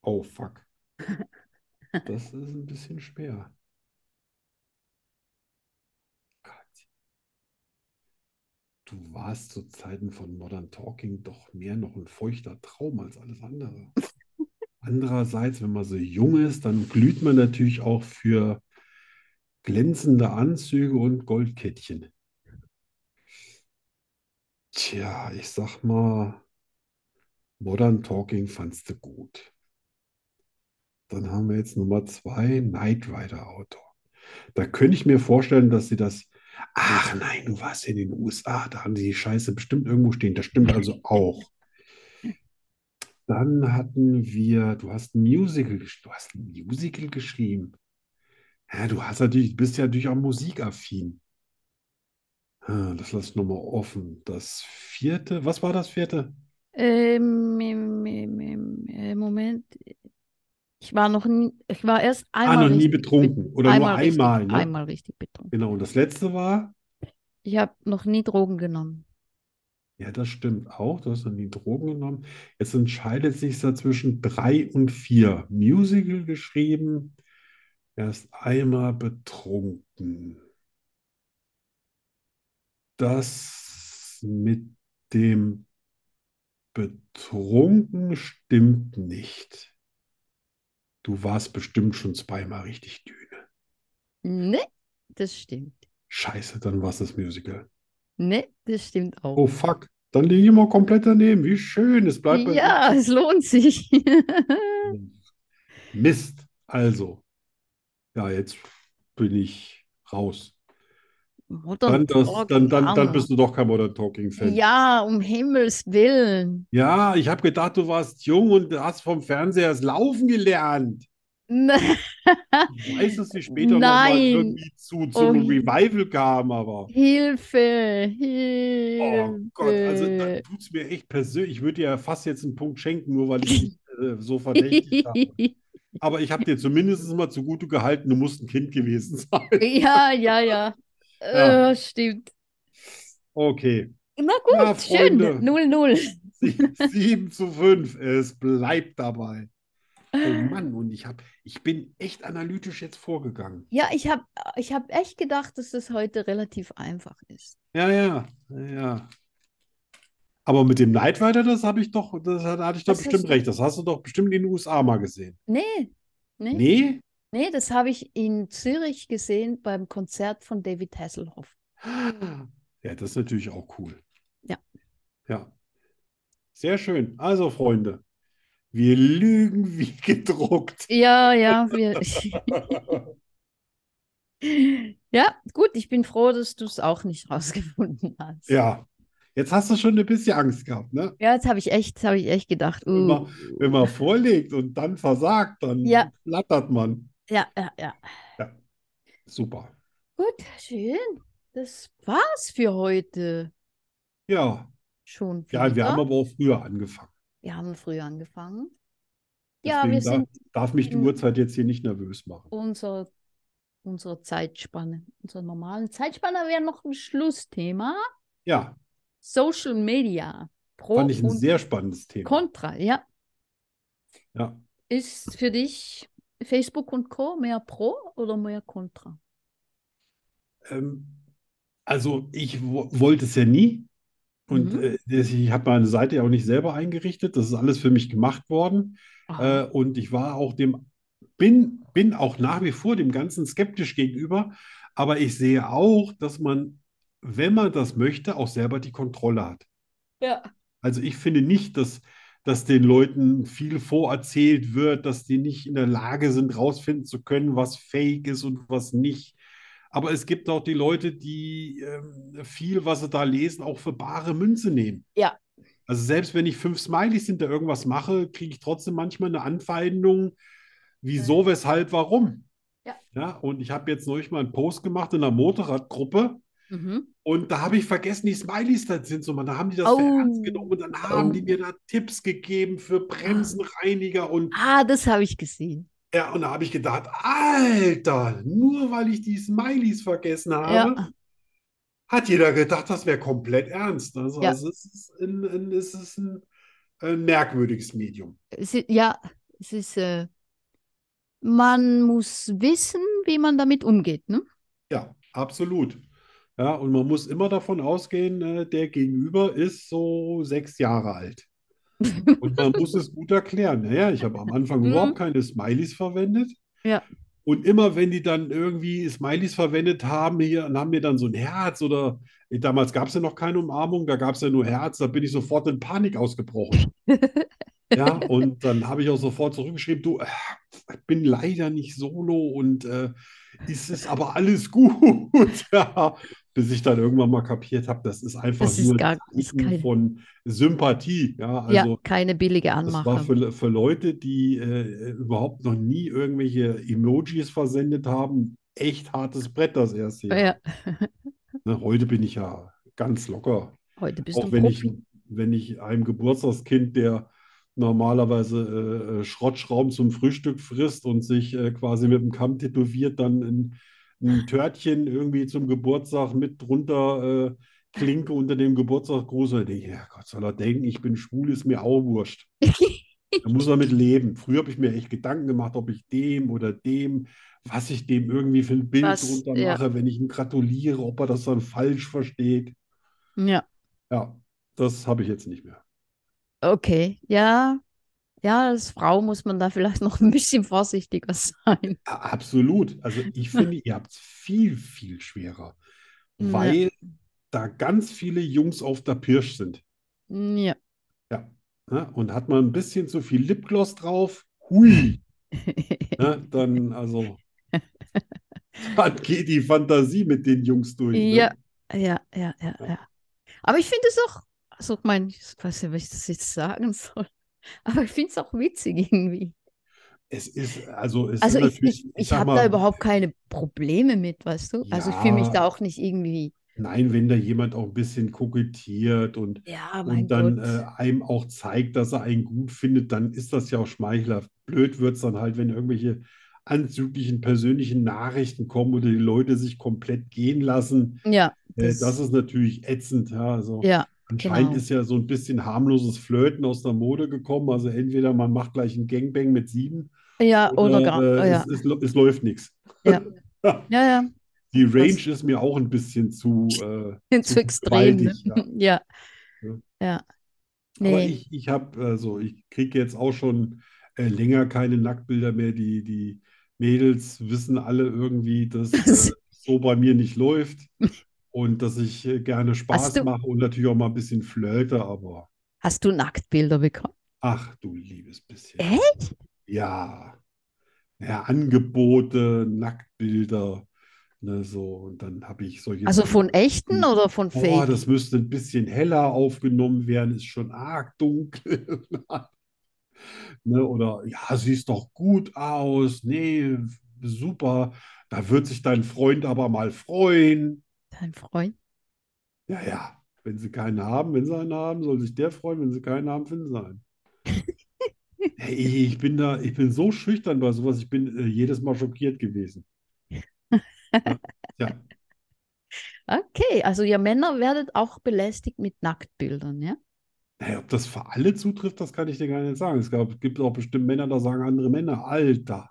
S3: Oh, fuck. Das ist ein bisschen schwer. Gott. Du warst zu Zeiten von Modern Talking doch mehr noch ein feuchter Traum als alles andere. Andererseits, wenn man so jung ist, dann glüht man natürlich auch für glänzende Anzüge und Goldkettchen. Tja, ich sag mal, Modern Talking fandst du gut. Dann haben wir jetzt Nummer zwei, Knight Rider Auto. Da könnte ich mir vorstellen, dass sie das. Ach nein, du warst in den USA, da haben sie die Scheiße bestimmt irgendwo stehen. Das stimmt also auch. Dann hatten wir, du hast ein Musical, gesch- du hast ein Musical geschrieben. Ja, du hast natürlich, du bist ja natürlich auch musikaffin. Ah, Das lass ich nochmal offen. Das vierte, was war das vierte?
S2: Ähm, im, im, im, äh, Moment. Ich war noch nie, ich war erst
S3: Ah,
S2: einmal
S3: noch nie
S2: richtig
S3: betrunken.
S2: bet-
S3: Oder nur
S2: einmal richtig,
S3: einmal, ne?
S2: einmal richtig betrunken.
S3: Genau, und das letzte war.
S2: Ich habe noch nie Drogen genommen.
S3: Ja, das stimmt auch. Du hast noch nie Drogen genommen. Jetzt entscheidet sich da zwischen drei und vier. Musical geschrieben, erst einmal betrunken. Das mit dem Betrunken stimmt nicht. Du warst bestimmt schon zweimal richtig Düne.
S2: Ne, das stimmt.
S3: Scheiße, dann war es das Musical.
S2: Ne, das stimmt auch.
S3: Oh fuck, dann liege ich mal komplett daneben. Wie schön, es bleibt bei
S2: Ja, es lohnt sich.
S3: Mist. Also, ja, jetzt bin ich raus. Dann,
S2: Modern
S3: das, dann, dann, dann
S2: Talking,
S3: bist du doch kein Modern
S2: Hammer.
S3: Talking-Fan.
S2: Ja, um Himmels Willen.
S3: Ja, ich habe gedacht, du warst jung und hast vom Fernseher das Laufen gelernt. Ich weiß, dass sie später nochmal
S2: Nein.
S3: irgendwie zu, zu einem
S2: Oh.
S3: Revival kam, aber
S2: Hilfe,
S3: oh
S2: Hilfe.
S3: Gott, also da tut es mir echt persönlich. Ich würde dir ja fast jetzt einen Punkt schenken, nur weil ich dich äh, so verdächtigt habe. Aber ich habe dir zumindest mal zugute gehalten, du musst ein Kind gewesen sein.
S2: ja, Oh, ja, ja.
S3: Ja.
S2: Äh, stimmt.
S3: Okay,
S2: Na gut,
S3: Ja,
S2: schön.
S3: Freunde.
S2: 0-0.
S3: 7 zu 5. Es bleibt dabei. Oh Mann, und ich, hab, ich bin echt analytisch jetzt vorgegangen.
S2: Ja, ich habe ich hab echt gedacht, dass das heute relativ einfach ist.
S3: Ja, ja, ja, ja. Aber mit dem Knight Rider, das habe ich doch, das hat- hatte ich doch
S2: Das hast
S3: bestimmt
S2: du-
S3: recht. Das hast du doch bestimmt in den USA mal gesehen.
S2: Nee, nee, nee.
S3: Nee?
S2: das habe ich in Zürich gesehen beim Konzert von David Hasselhoff.
S3: Ja, das ist natürlich auch cool.
S2: Ja.
S3: Ja. Sehr schön. Also, Freunde, wir lügen wie gedruckt.
S2: Ja, ja, wir. ja, gut, ich bin froh, dass du es auch nicht rausgefunden hast.
S3: Ja. Jetzt hast du schon ein bisschen Angst gehabt, ne?
S2: Ja, jetzt habe ich echt, habe ich echt gedacht, uh,
S3: Immer- Wenn man vorlegt und dann versagt, dann
S2: Ja.
S3: flattert man.
S2: ja, ja, ja.
S3: Super.
S2: Gut, schön. Das war's für heute
S3: Ja.
S2: schon
S3: Ja, wir
S2: wieder.
S3: haben aber auch früher angefangen.
S2: Wir haben früh angefangen. Ja, wir
S3: Deswegen darf,
S2: sind Mm.
S3: darf mich die
S2: in-
S3: Uhrzeit jetzt hier nicht nervös machen.
S2: unserer unsere Zeitspanne, unserer normalen Zeitspanne wäre noch ein Schlussthema.
S3: Ja,
S2: Social Media. Pro
S3: fand ich ein
S2: Oh, und
S3: sehr spannendes Thema.
S2: Contra, ja.
S3: Ja.
S2: Ist für dich Facebook und Co. mehr Pro oder mehr Contra?
S3: Ähm, also ich wo- wollte es ja nie. Und
S2: Mhm.
S3: äh, das- ich habe meine Seite ja auch nicht selber eingerichtet. Das ist alles für mich gemacht worden.
S2: Aha.
S3: Äh, und ich war auch dem, bin, bin auch nach wie vor dem Ganzen skeptisch gegenüber. Aber ich sehe auch, dass man, wenn man das möchte, auch selber die Kontrolle hat.
S2: ja.
S3: Also ich finde nicht, dass, dass den Leuten viel vorerzählt wird, dass die nicht in der Lage sind, rausfinden zu können, was fake ist und was nicht. Aber es gibt auch die Leute, die ähm, viel, was sie da lesen, auch für bare Münze nehmen.
S2: Ja.
S3: Also selbst wenn ich fünf Smileys hinter irgendwas mache, kriege ich trotzdem manchmal eine Anfeindung, wieso, weshalb, warum.
S2: Mhm. Ja.
S3: Ja, und ich habe jetzt neulich mal einen Post gemacht in einer Motorradgruppe.
S2: Mhm.
S3: Und da habe ich vergessen, die Smileys da sind. So, Mann, da haben die das für
S2: Oh.
S3: ernst genommen und dann haben
S2: Oh.
S3: die mir da Tipps gegeben für Bremsenreiniger und
S2: Ah, das habe ich gesehen.
S3: ja, und da habe ich gedacht, Alter, nur weil ich die Smileys vergessen habe,
S2: Ja.
S3: hat jeder gedacht, das wäre komplett ernst. Also,
S2: Ja.
S3: also es ist ein, ein, es ist ein, ein merkwürdiges Medium.
S2: Es ist, ja, es ist, äh, man muss wissen, wie man damit umgeht,
S3: Oh,
S2: ne?
S3: Ja, absolut. Ja, und man muss immer davon ausgehen, äh, der Gegenüber ist so sechs Jahre alt. Und man muss es gut erklären. Naja, ich habe am Anfang
S2: Mhm.
S3: überhaupt keine Smileys verwendet.
S2: Ja.
S3: Und immer, wenn die dann irgendwie Smileys verwendet haben, hier, und haben mir dann so ein Herz oder äh, damals gab es ja noch keine Umarmung, da gab es ja nur Herz, da bin ich sofort in Panik ausgebrochen. Ja, und dann habe ich auch sofort zurückgeschrieben, du, äh, ich bin leider nicht solo und äh, ist es aber alles gut. Ja, bis ich dann irgendwann mal kapiert habe, das ist einfach
S2: Das ist
S3: nur
S2: gar- ist
S3: Zeichen
S2: kein-
S3: von Sympathie. Ja,
S2: Ja,
S3: also
S2: keine billige
S3: das war
S2: Anmache.
S3: für, für Leute, die äh, überhaupt noch nie irgendwelche Emojis versendet haben, echt hartes Brett das erste Jahr.
S2: Ja,
S3: Ne, heute bin ich ja ganz locker.
S2: heute bist du
S3: Auch
S2: ein
S3: wenn
S2: Profi.
S3: ich, wenn ich einem Geburtstagskind, der normalerweise äh, äh, Schrottschrauben zum Frühstück frisst und sich äh, quasi mit dem Kamm tätowiert, dann ein, ein Törtchen irgendwie zum Geburtstag mit drunter äh, Klinke unter dem Geburtstagsgruß, dann denke ich, ja Gott soll er denken, ich bin schwul, ist mir auch wurscht. Da muss er mit leben. Früher habe ich mir echt Gedanken gemacht, ob ich dem oder dem, was ich dem irgendwie für ein Bild
S2: Was,
S3: drunter
S2: ja.
S3: mache, wenn ich ihm gratuliere, ob er das dann falsch versteht.
S2: Ja,
S3: Ja, das habe ich jetzt nicht mehr. Oh.
S2: okay. Ja, ja, als Frau muss man da vielleicht noch ein bisschen vorsichtiger sein.
S3: A- Absolut. Also ich finde, ihr habt es viel, viel schwerer,
S2: Ja.
S3: weil da ganz viele Jungs auf der Pirsch sind.
S2: Ja,
S3: Ne? Und hat man ein bisschen zu viel Lipgloss drauf, hui, ne? Dann also, dann geht die Fantasie mit den Jungs durch. Ne?
S2: ja, ja, ja, ja, ja. Aber ich finde es auch, also ich meine, ich weiß nicht, was ich das jetzt sagen soll, aber ich finde es auch witzig irgendwie.
S3: Es ist, also es
S2: Also
S3: sind
S2: ich,
S3: natürlich,
S2: ich,
S3: ich
S2: ich
S3: sag
S2: habe
S3: mal,
S2: da überhaupt keine Probleme mit, weißt du? Also ich fühle mich da
S3: Ja.
S2: auch nicht irgendwie,
S3: nein, wenn da jemand auch ein bisschen kokettiert und,
S2: ja, ah, mein
S3: und dann
S2: Gott.
S3: äh, einem auch zeigt, dass er einen gut findet, dann ist das ja auch schmeichelhaft. Blöd wird es dann halt, wenn irgendwelche anzüglichen persönlichen Nachrichten kommen oder die Leute sich komplett gehen lassen.
S2: Ja,
S3: Äh,
S2: das,
S3: das ist natürlich ätzend. Ja, also
S2: ja,
S3: Anscheinend
S2: Genau.
S3: ist ja so ein bisschen harmloses Flirten aus der Mode gekommen. Also entweder man macht gleich einen Gangbang mit sieben
S2: Ja, oder gar.
S3: äh,
S2: oh ja.
S3: es, es, lo- es läuft nichts.
S2: Ja. ja, ja.
S3: Die Range ist mir auch ein bisschen zu. Äh,
S2: Zu
S3: zu
S2: extrem. Ne?
S3: gewaltig,
S2: Ja.
S3: Ja.
S2: Ja.
S3: Aber
S2: Nee.
S3: ich, ich habe, also ich kriege jetzt auch schon äh, länger keine Nacktbilder mehr. Die, die Mädels wissen alle irgendwie, dass äh, so bei mir nicht läuft und dass ich äh, gerne Spaß
S2: Hast du-
S3: mache und natürlich auch mal ein bisschen flirte, aber
S2: Hast du Nacktbilder bekommen?
S3: ach du liebes bisschen.
S2: Echt?
S3: Ja. Ja, Angebote, Nacktbilder, ne, so. Und dann habe ich solche
S2: Also
S3: Sachen.
S2: von echten oder von
S3: Boah,
S2: Fake?
S3: das müsste ein bisschen heller aufgenommen werden, ist schon arg dunkel. Ne, oder ja, siehst doch gut aus. Nee, super. Da wird sich dein Freund aber mal freuen.
S2: Dein Freund?
S3: Ja, ja. Wenn sie keinen haben, wenn sie einen haben, soll sich der freuen. Wenn sie keinen haben, finden sie einen. Hey, ich bin da, ich bin so schüchtern bei sowas. Ich bin äh, jedes Mal schockiert gewesen. Ja, tja.
S2: Okay, also ihr Männer werdet auch belästigt mit Nacktbildern, ja?
S3: Naja, ob das für alle zutrifft, das kann ich dir gar nicht sagen. Es gab, gibt auch bestimmt Männer, da sagen andere Männer, Alter,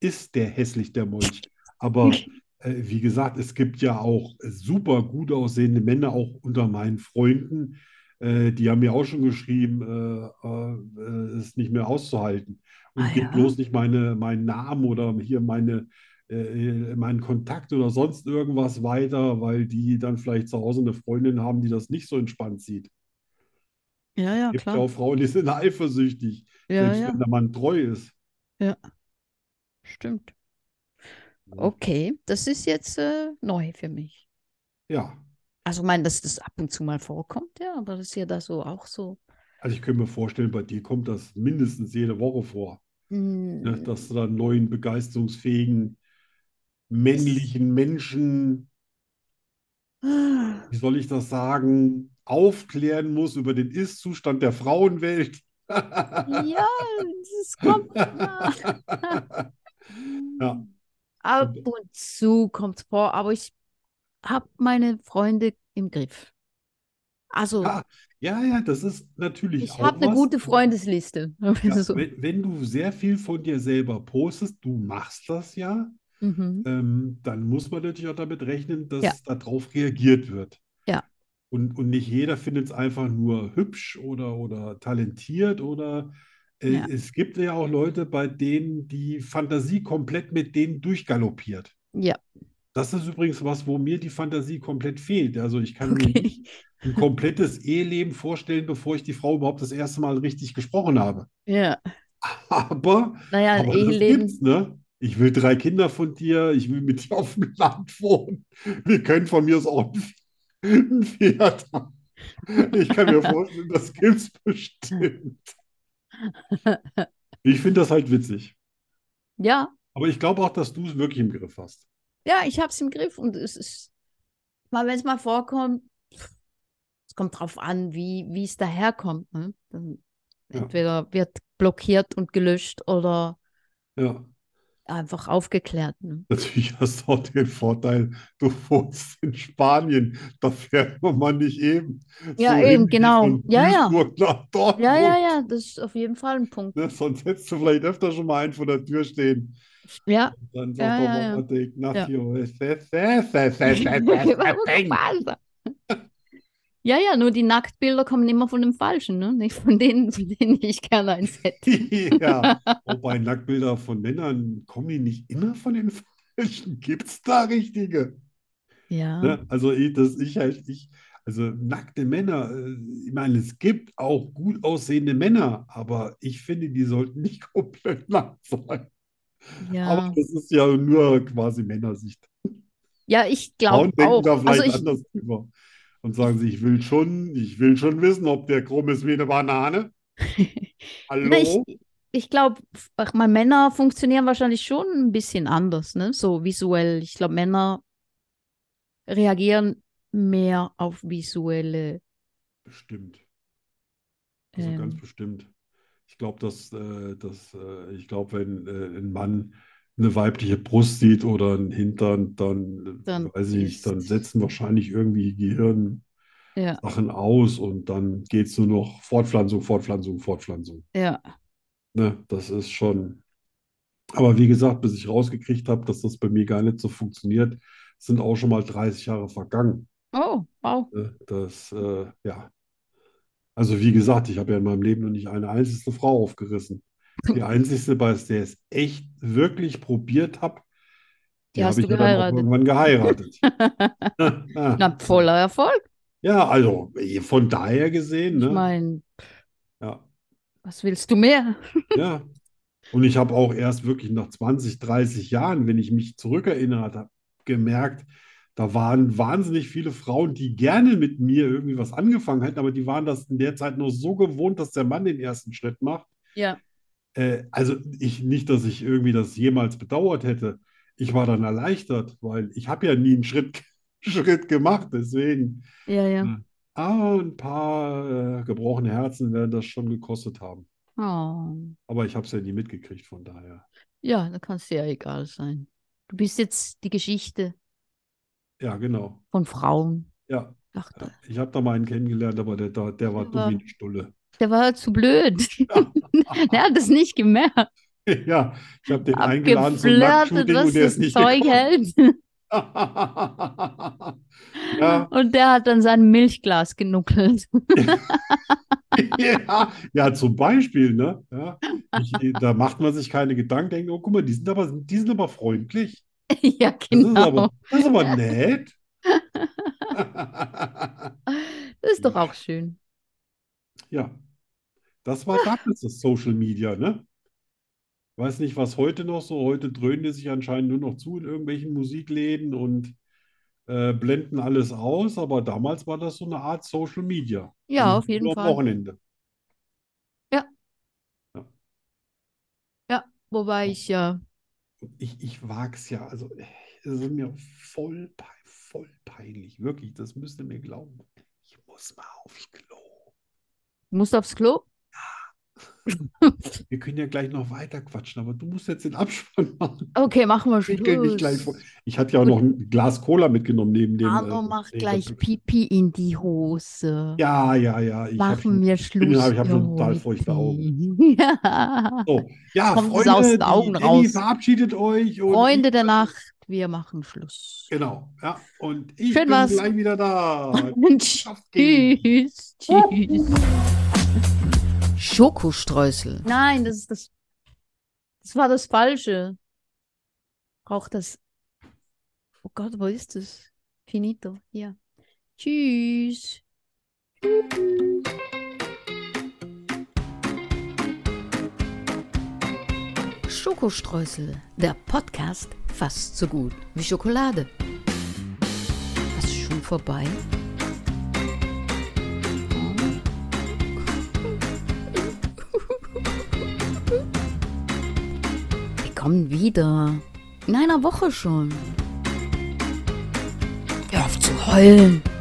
S3: ist der hässlich, der Molch. Aber
S2: Hm.
S3: äh, wie gesagt, es gibt ja auch super gut aussehende Männer, auch unter meinen Freunden. Äh, die haben mir auch schon geschrieben, äh, äh, es ist nicht mehr auszuhalten. Und
S2: Ah,
S3: gib
S2: ja?
S3: bloß nicht meine, meinen Namen oder hier meine, äh, meinen Kontakt oder sonst irgendwas weiter, weil die dann vielleicht zu Hause eine Freundin haben, die das nicht so entspannt sieht.
S2: Ja, ja,
S3: Gibt ja auch Frauen, die sind eifersüchtig,
S2: Ja,
S3: selbst
S2: ja,
S3: wenn der Mann treu ist.
S2: stimmt. Okay, das ist jetzt äh, neu für mich.
S3: Ja,
S2: Also, ich meine, dass das ab und zu mal vorkommt, ja, aber dass ihr da so auch so.
S3: also ich könnte mir vorstellen, bei dir kommt das mindestens jede Woche vor, ne?
S2: Hm,
S3: Dass du dann neuen, begeisterungsfähigen, männlichen Menschen, wie soll ich das sagen, aufklären musst über den Ist-Zustand der Frauenwelt.
S2: Ja, es kommt. Ja.
S3: Ja. Also
S2: Ab und zu kommt es vor, aber ich habe meine Freunde im Griff. Also,
S3: Ja, ja, ja, das ist natürlich
S2: ich
S3: auch
S2: habe eine
S3: Ah, was.
S2: gute Also Freundesliste. wenn
S3: Ja,
S2: so-
S3: wenn, wenn du sehr viel von dir selber postest, du machst das ja,
S2: Mhm.
S3: ähm, dann muss man natürlich auch damit rechnen, dass
S2: Ja.
S3: darauf reagiert wird.
S2: Ja.
S3: Und, und nicht jeder findet es einfach nur hübsch oder, oder talentiert oder äh,
S2: Ja.
S3: es gibt ja auch Leute, bei denen die Fantasie komplett mit denen durchgaloppiert.
S2: Ja.
S3: Das ist übrigens was, wo mir die Fantasie komplett fehlt. Also ich kann mir
S2: Okay.
S3: nicht ein komplettes Eheleben vorstellen, bevor ich die Frau überhaupt das erste Mal richtig gesprochen habe.
S2: Ja.
S3: Aber
S2: Naja, ein
S3: aber das
S2: Eheleben.
S3: gibt's, ne? Ich will drei Kinder von dir, ich will mit dir auf dem Land wohnen. Wir können von mir aus auch ein Pferd haben. Ich kann mir vorstellen, das gibt's bestimmt. Ich finde das halt witzig.
S2: Ja,
S3: Aber ich glaube auch, dass du es wirklich im Griff hast.
S2: ja, ich habe es im Griff und es ist, mal wenn es mal vorkommt, pff, es kommt drauf an, wie wie es daherkommt. Ne? Dann
S3: Ja.
S2: entweder wird blockiert und gelöscht oder
S3: Ja,
S2: einfach aufgeklärt. Ne?
S3: natürlich hast du auch den Vorteil, du wohnst in Spanien. Da fährt man mal nicht eben
S2: Ja,
S3: so
S2: eben,
S3: hin wie
S2: genau.
S3: von
S2: Ja, ja.
S3: Duisburg nach Dortmund.
S2: Ja, ja, ja, das ist auf jeden Fall ein Punkt.
S3: Ne? Sonst hättest du vielleicht öfter schon mal einen vor der Tür stehen.
S2: Ja.
S3: Dann
S2: Ja,
S3: sagt doch
S2: ja,
S3: mal
S2: ja.
S3: Patrick nach
S2: Ja.
S3: hier. Fä, fä, fä, fä, fä, fä, fä, bang.
S2: Ja, ja, nur die Nacktbilder kommen immer von dem Falschen, ne? Nicht von denen, von denen ich gerne eins hätte.
S3: Ja, wobei Nacktbilder von Männern kommen die nicht immer von den Falschen. Gibt es da richtige?
S2: Ja,
S3: Ne? Also, ich, das, ich, halt- ich, also nackte Männer, äh, ich meine, es gibt auch gut aussehende Männer, aber ich finde, die sollten nicht komplett nackt sein. Aber
S2: ja.
S3: das ist ja nur quasi Männersicht.
S2: Ja, ich
S3: Frauen
S2: glaube
S3: denken
S2: auch.
S3: da
S2: Also
S3: vielleicht
S2: ich,
S3: anders drüber und sagen sich, ich will schon, ich will schon wissen, ob der krumm ist wie eine Banane.
S2: Na, ich,
S3: Hallo?
S2: ich glaube, mal Männer funktionieren wahrscheinlich schon ein bisschen anders, ne? So visuell. Ich glaube, Männer reagieren mehr auf visuelle.
S3: Bestimmt, also ganz
S2: ähm,
S3: bestimmt. Ich glaube, dass, äh, dass äh, ich glaube, wenn äh, ein Mann eine weibliche Brust sieht oder einen Hintern, dann, äh,
S2: Dann
S3: weiß ich nicht, dann
S2: ist-
S3: setzen wahrscheinlich irgendwie Gehirn,
S2: Ja.
S3: Sachen aus und dann geht es nur noch Fortpflanzung, Fortpflanzung, Fortpflanzung.
S2: Ja.
S3: Ne? Das ist schon. Aber wie gesagt, bis ich rausgekriegt habe, dass das bei mir gar nicht so funktioniert, sind auch schon mal 30 Jahre vergangen.
S2: Oh, wow.
S3: Ne? Das, äh, ja. Also wie gesagt, ich habe ja in meinem Leben noch nicht eine einzige Frau aufgerissen. Die einzige, bei der ich es echt wirklich probiert habe,
S2: Die
S3: die
S2: hast
S3: habe ich
S2: du
S3: ja dann auch
S2: geheiratet.
S3: irgendwann geheiratet. Ja.
S2: Na, voller Erfolg.
S3: Ja, also von daher gesehen,
S2: Ich
S3: ne?
S2: meine,
S3: Ja,
S2: was willst du mehr?
S3: ja. Und ich habe auch erst wirklich nach 20, 30 Jahren, wenn ich mich zurückerinnert habe, gemerkt, da waren wahnsinnig viele Frauen, die gerne mit mir irgendwie was angefangen hätten, aber die waren das in der Zeit nur so gewohnt, dass der Mann den ersten Schritt macht.
S2: Ja.
S3: Äh, also ich nicht, dass ich irgendwie das jemals bedauert hätte. Ich war dann erleichtert, weil ich habe ja nie einen Schritt, Schritt gemacht, deswegen.
S2: Ja,
S3: Hm.
S2: ja.
S3: Aber ein paar äh, gebrochene Herzen werden das schon gekostet haben.
S2: Oh.
S3: Aber ich habe es ja nie mitgekriegt, von daher.
S2: Ja, da kann es dir ja egal sein. Du bist jetzt die Geschichte
S3: Ja, genau.
S2: von Frauen.
S3: Ja,
S2: Dachte.
S3: ja. ich habe da mal einen kennengelernt, aber der, der, der war
S2: Der
S3: dumm
S2: war-
S3: wie eine Stulle.
S2: Der war halt zu blöd. Der hat das nicht gemerkt.
S3: Ja, ich habe den eingeladen zum
S2: Abgeflirtet,
S3: Nacktshooting
S2: was
S3: und der ist
S2: das
S3: nicht
S2: Zeug
S3: gekommen.
S2: hält.
S3: Ja,
S2: Und der hat dann sein Milchglas genuckelt.
S3: ja, ja, zum Beispiel, ne? Ja, ich, da macht man sich keine Gedanken, denkt, oh, guck mal, die sind aber, die sind aber freundlich.
S2: ja,
S3: Das ist
S2: genau.
S3: aber, das ist aber nett.
S2: Das ist doch auch schön.
S3: Ja, das war damals das Social Media, ne? Weiß nicht, was heute noch so. Heute dröhnen die sich anscheinend nur noch zu in irgendwelchen Musikläden und äh, blenden alles aus. Aber damals war das so eine Art Social Media.
S2: Ja,
S3: Also
S2: auf jeden
S3: nur am
S2: Fall.
S3: Wochenende.
S2: Wobei ich ja,
S3: Und Ich, ich wage es ja. Also, äh, es ist mir voll, pe- voll peinlich. Wirklich, das müsst ihr mir glauben. Ich muss mal aufs Klo.
S2: du musst aufs Klo.
S3: Wir können ja gleich noch weiter quatschen, aber du musst jetzt den Abspann machen.
S2: Okay, machen wir
S3: Ich gehe nicht gleich vor.
S2: Schluss.
S3: Ich hatte ja auch noch ein Glas Cola mitgenommen neben dem.
S2: Arno
S3: äh,
S2: macht
S3: neben
S2: gleich
S3: dem-
S2: Pipi in die Hose.
S3: Ja, ja, ja. Ich hab
S2: machen wir Schluss.
S3: Ja, ich hab schon total
S2: Leute.
S3: furchtbare Augen.
S2: ja.
S3: So, ja,
S2: Kommt es
S3: Freunde,
S2: aus den
S3: die
S2: Augen
S3: Jenny
S2: raus.
S3: verabschiedet euch und
S2: Freunde
S3: ich,
S2: der Nacht, wir machen Schluss.
S3: Genau, ja. Und ich
S2: Schön
S3: bin
S2: war's.
S3: gleich wieder da. Tschüss.
S2: Tschüss. Tschüss.
S1: Schokostreusel.
S2: Nein, das ist das. Das war das Falsche. Braucht das. Oh Gott, wo ist das? Finito. Hier. Tschüss.
S1: Schokostreusel, der Podcast fast so gut wie Schokolade. Was ist schon vorbei? Wir kommen wieder. In einer Woche schon. Hör auf zu heulen.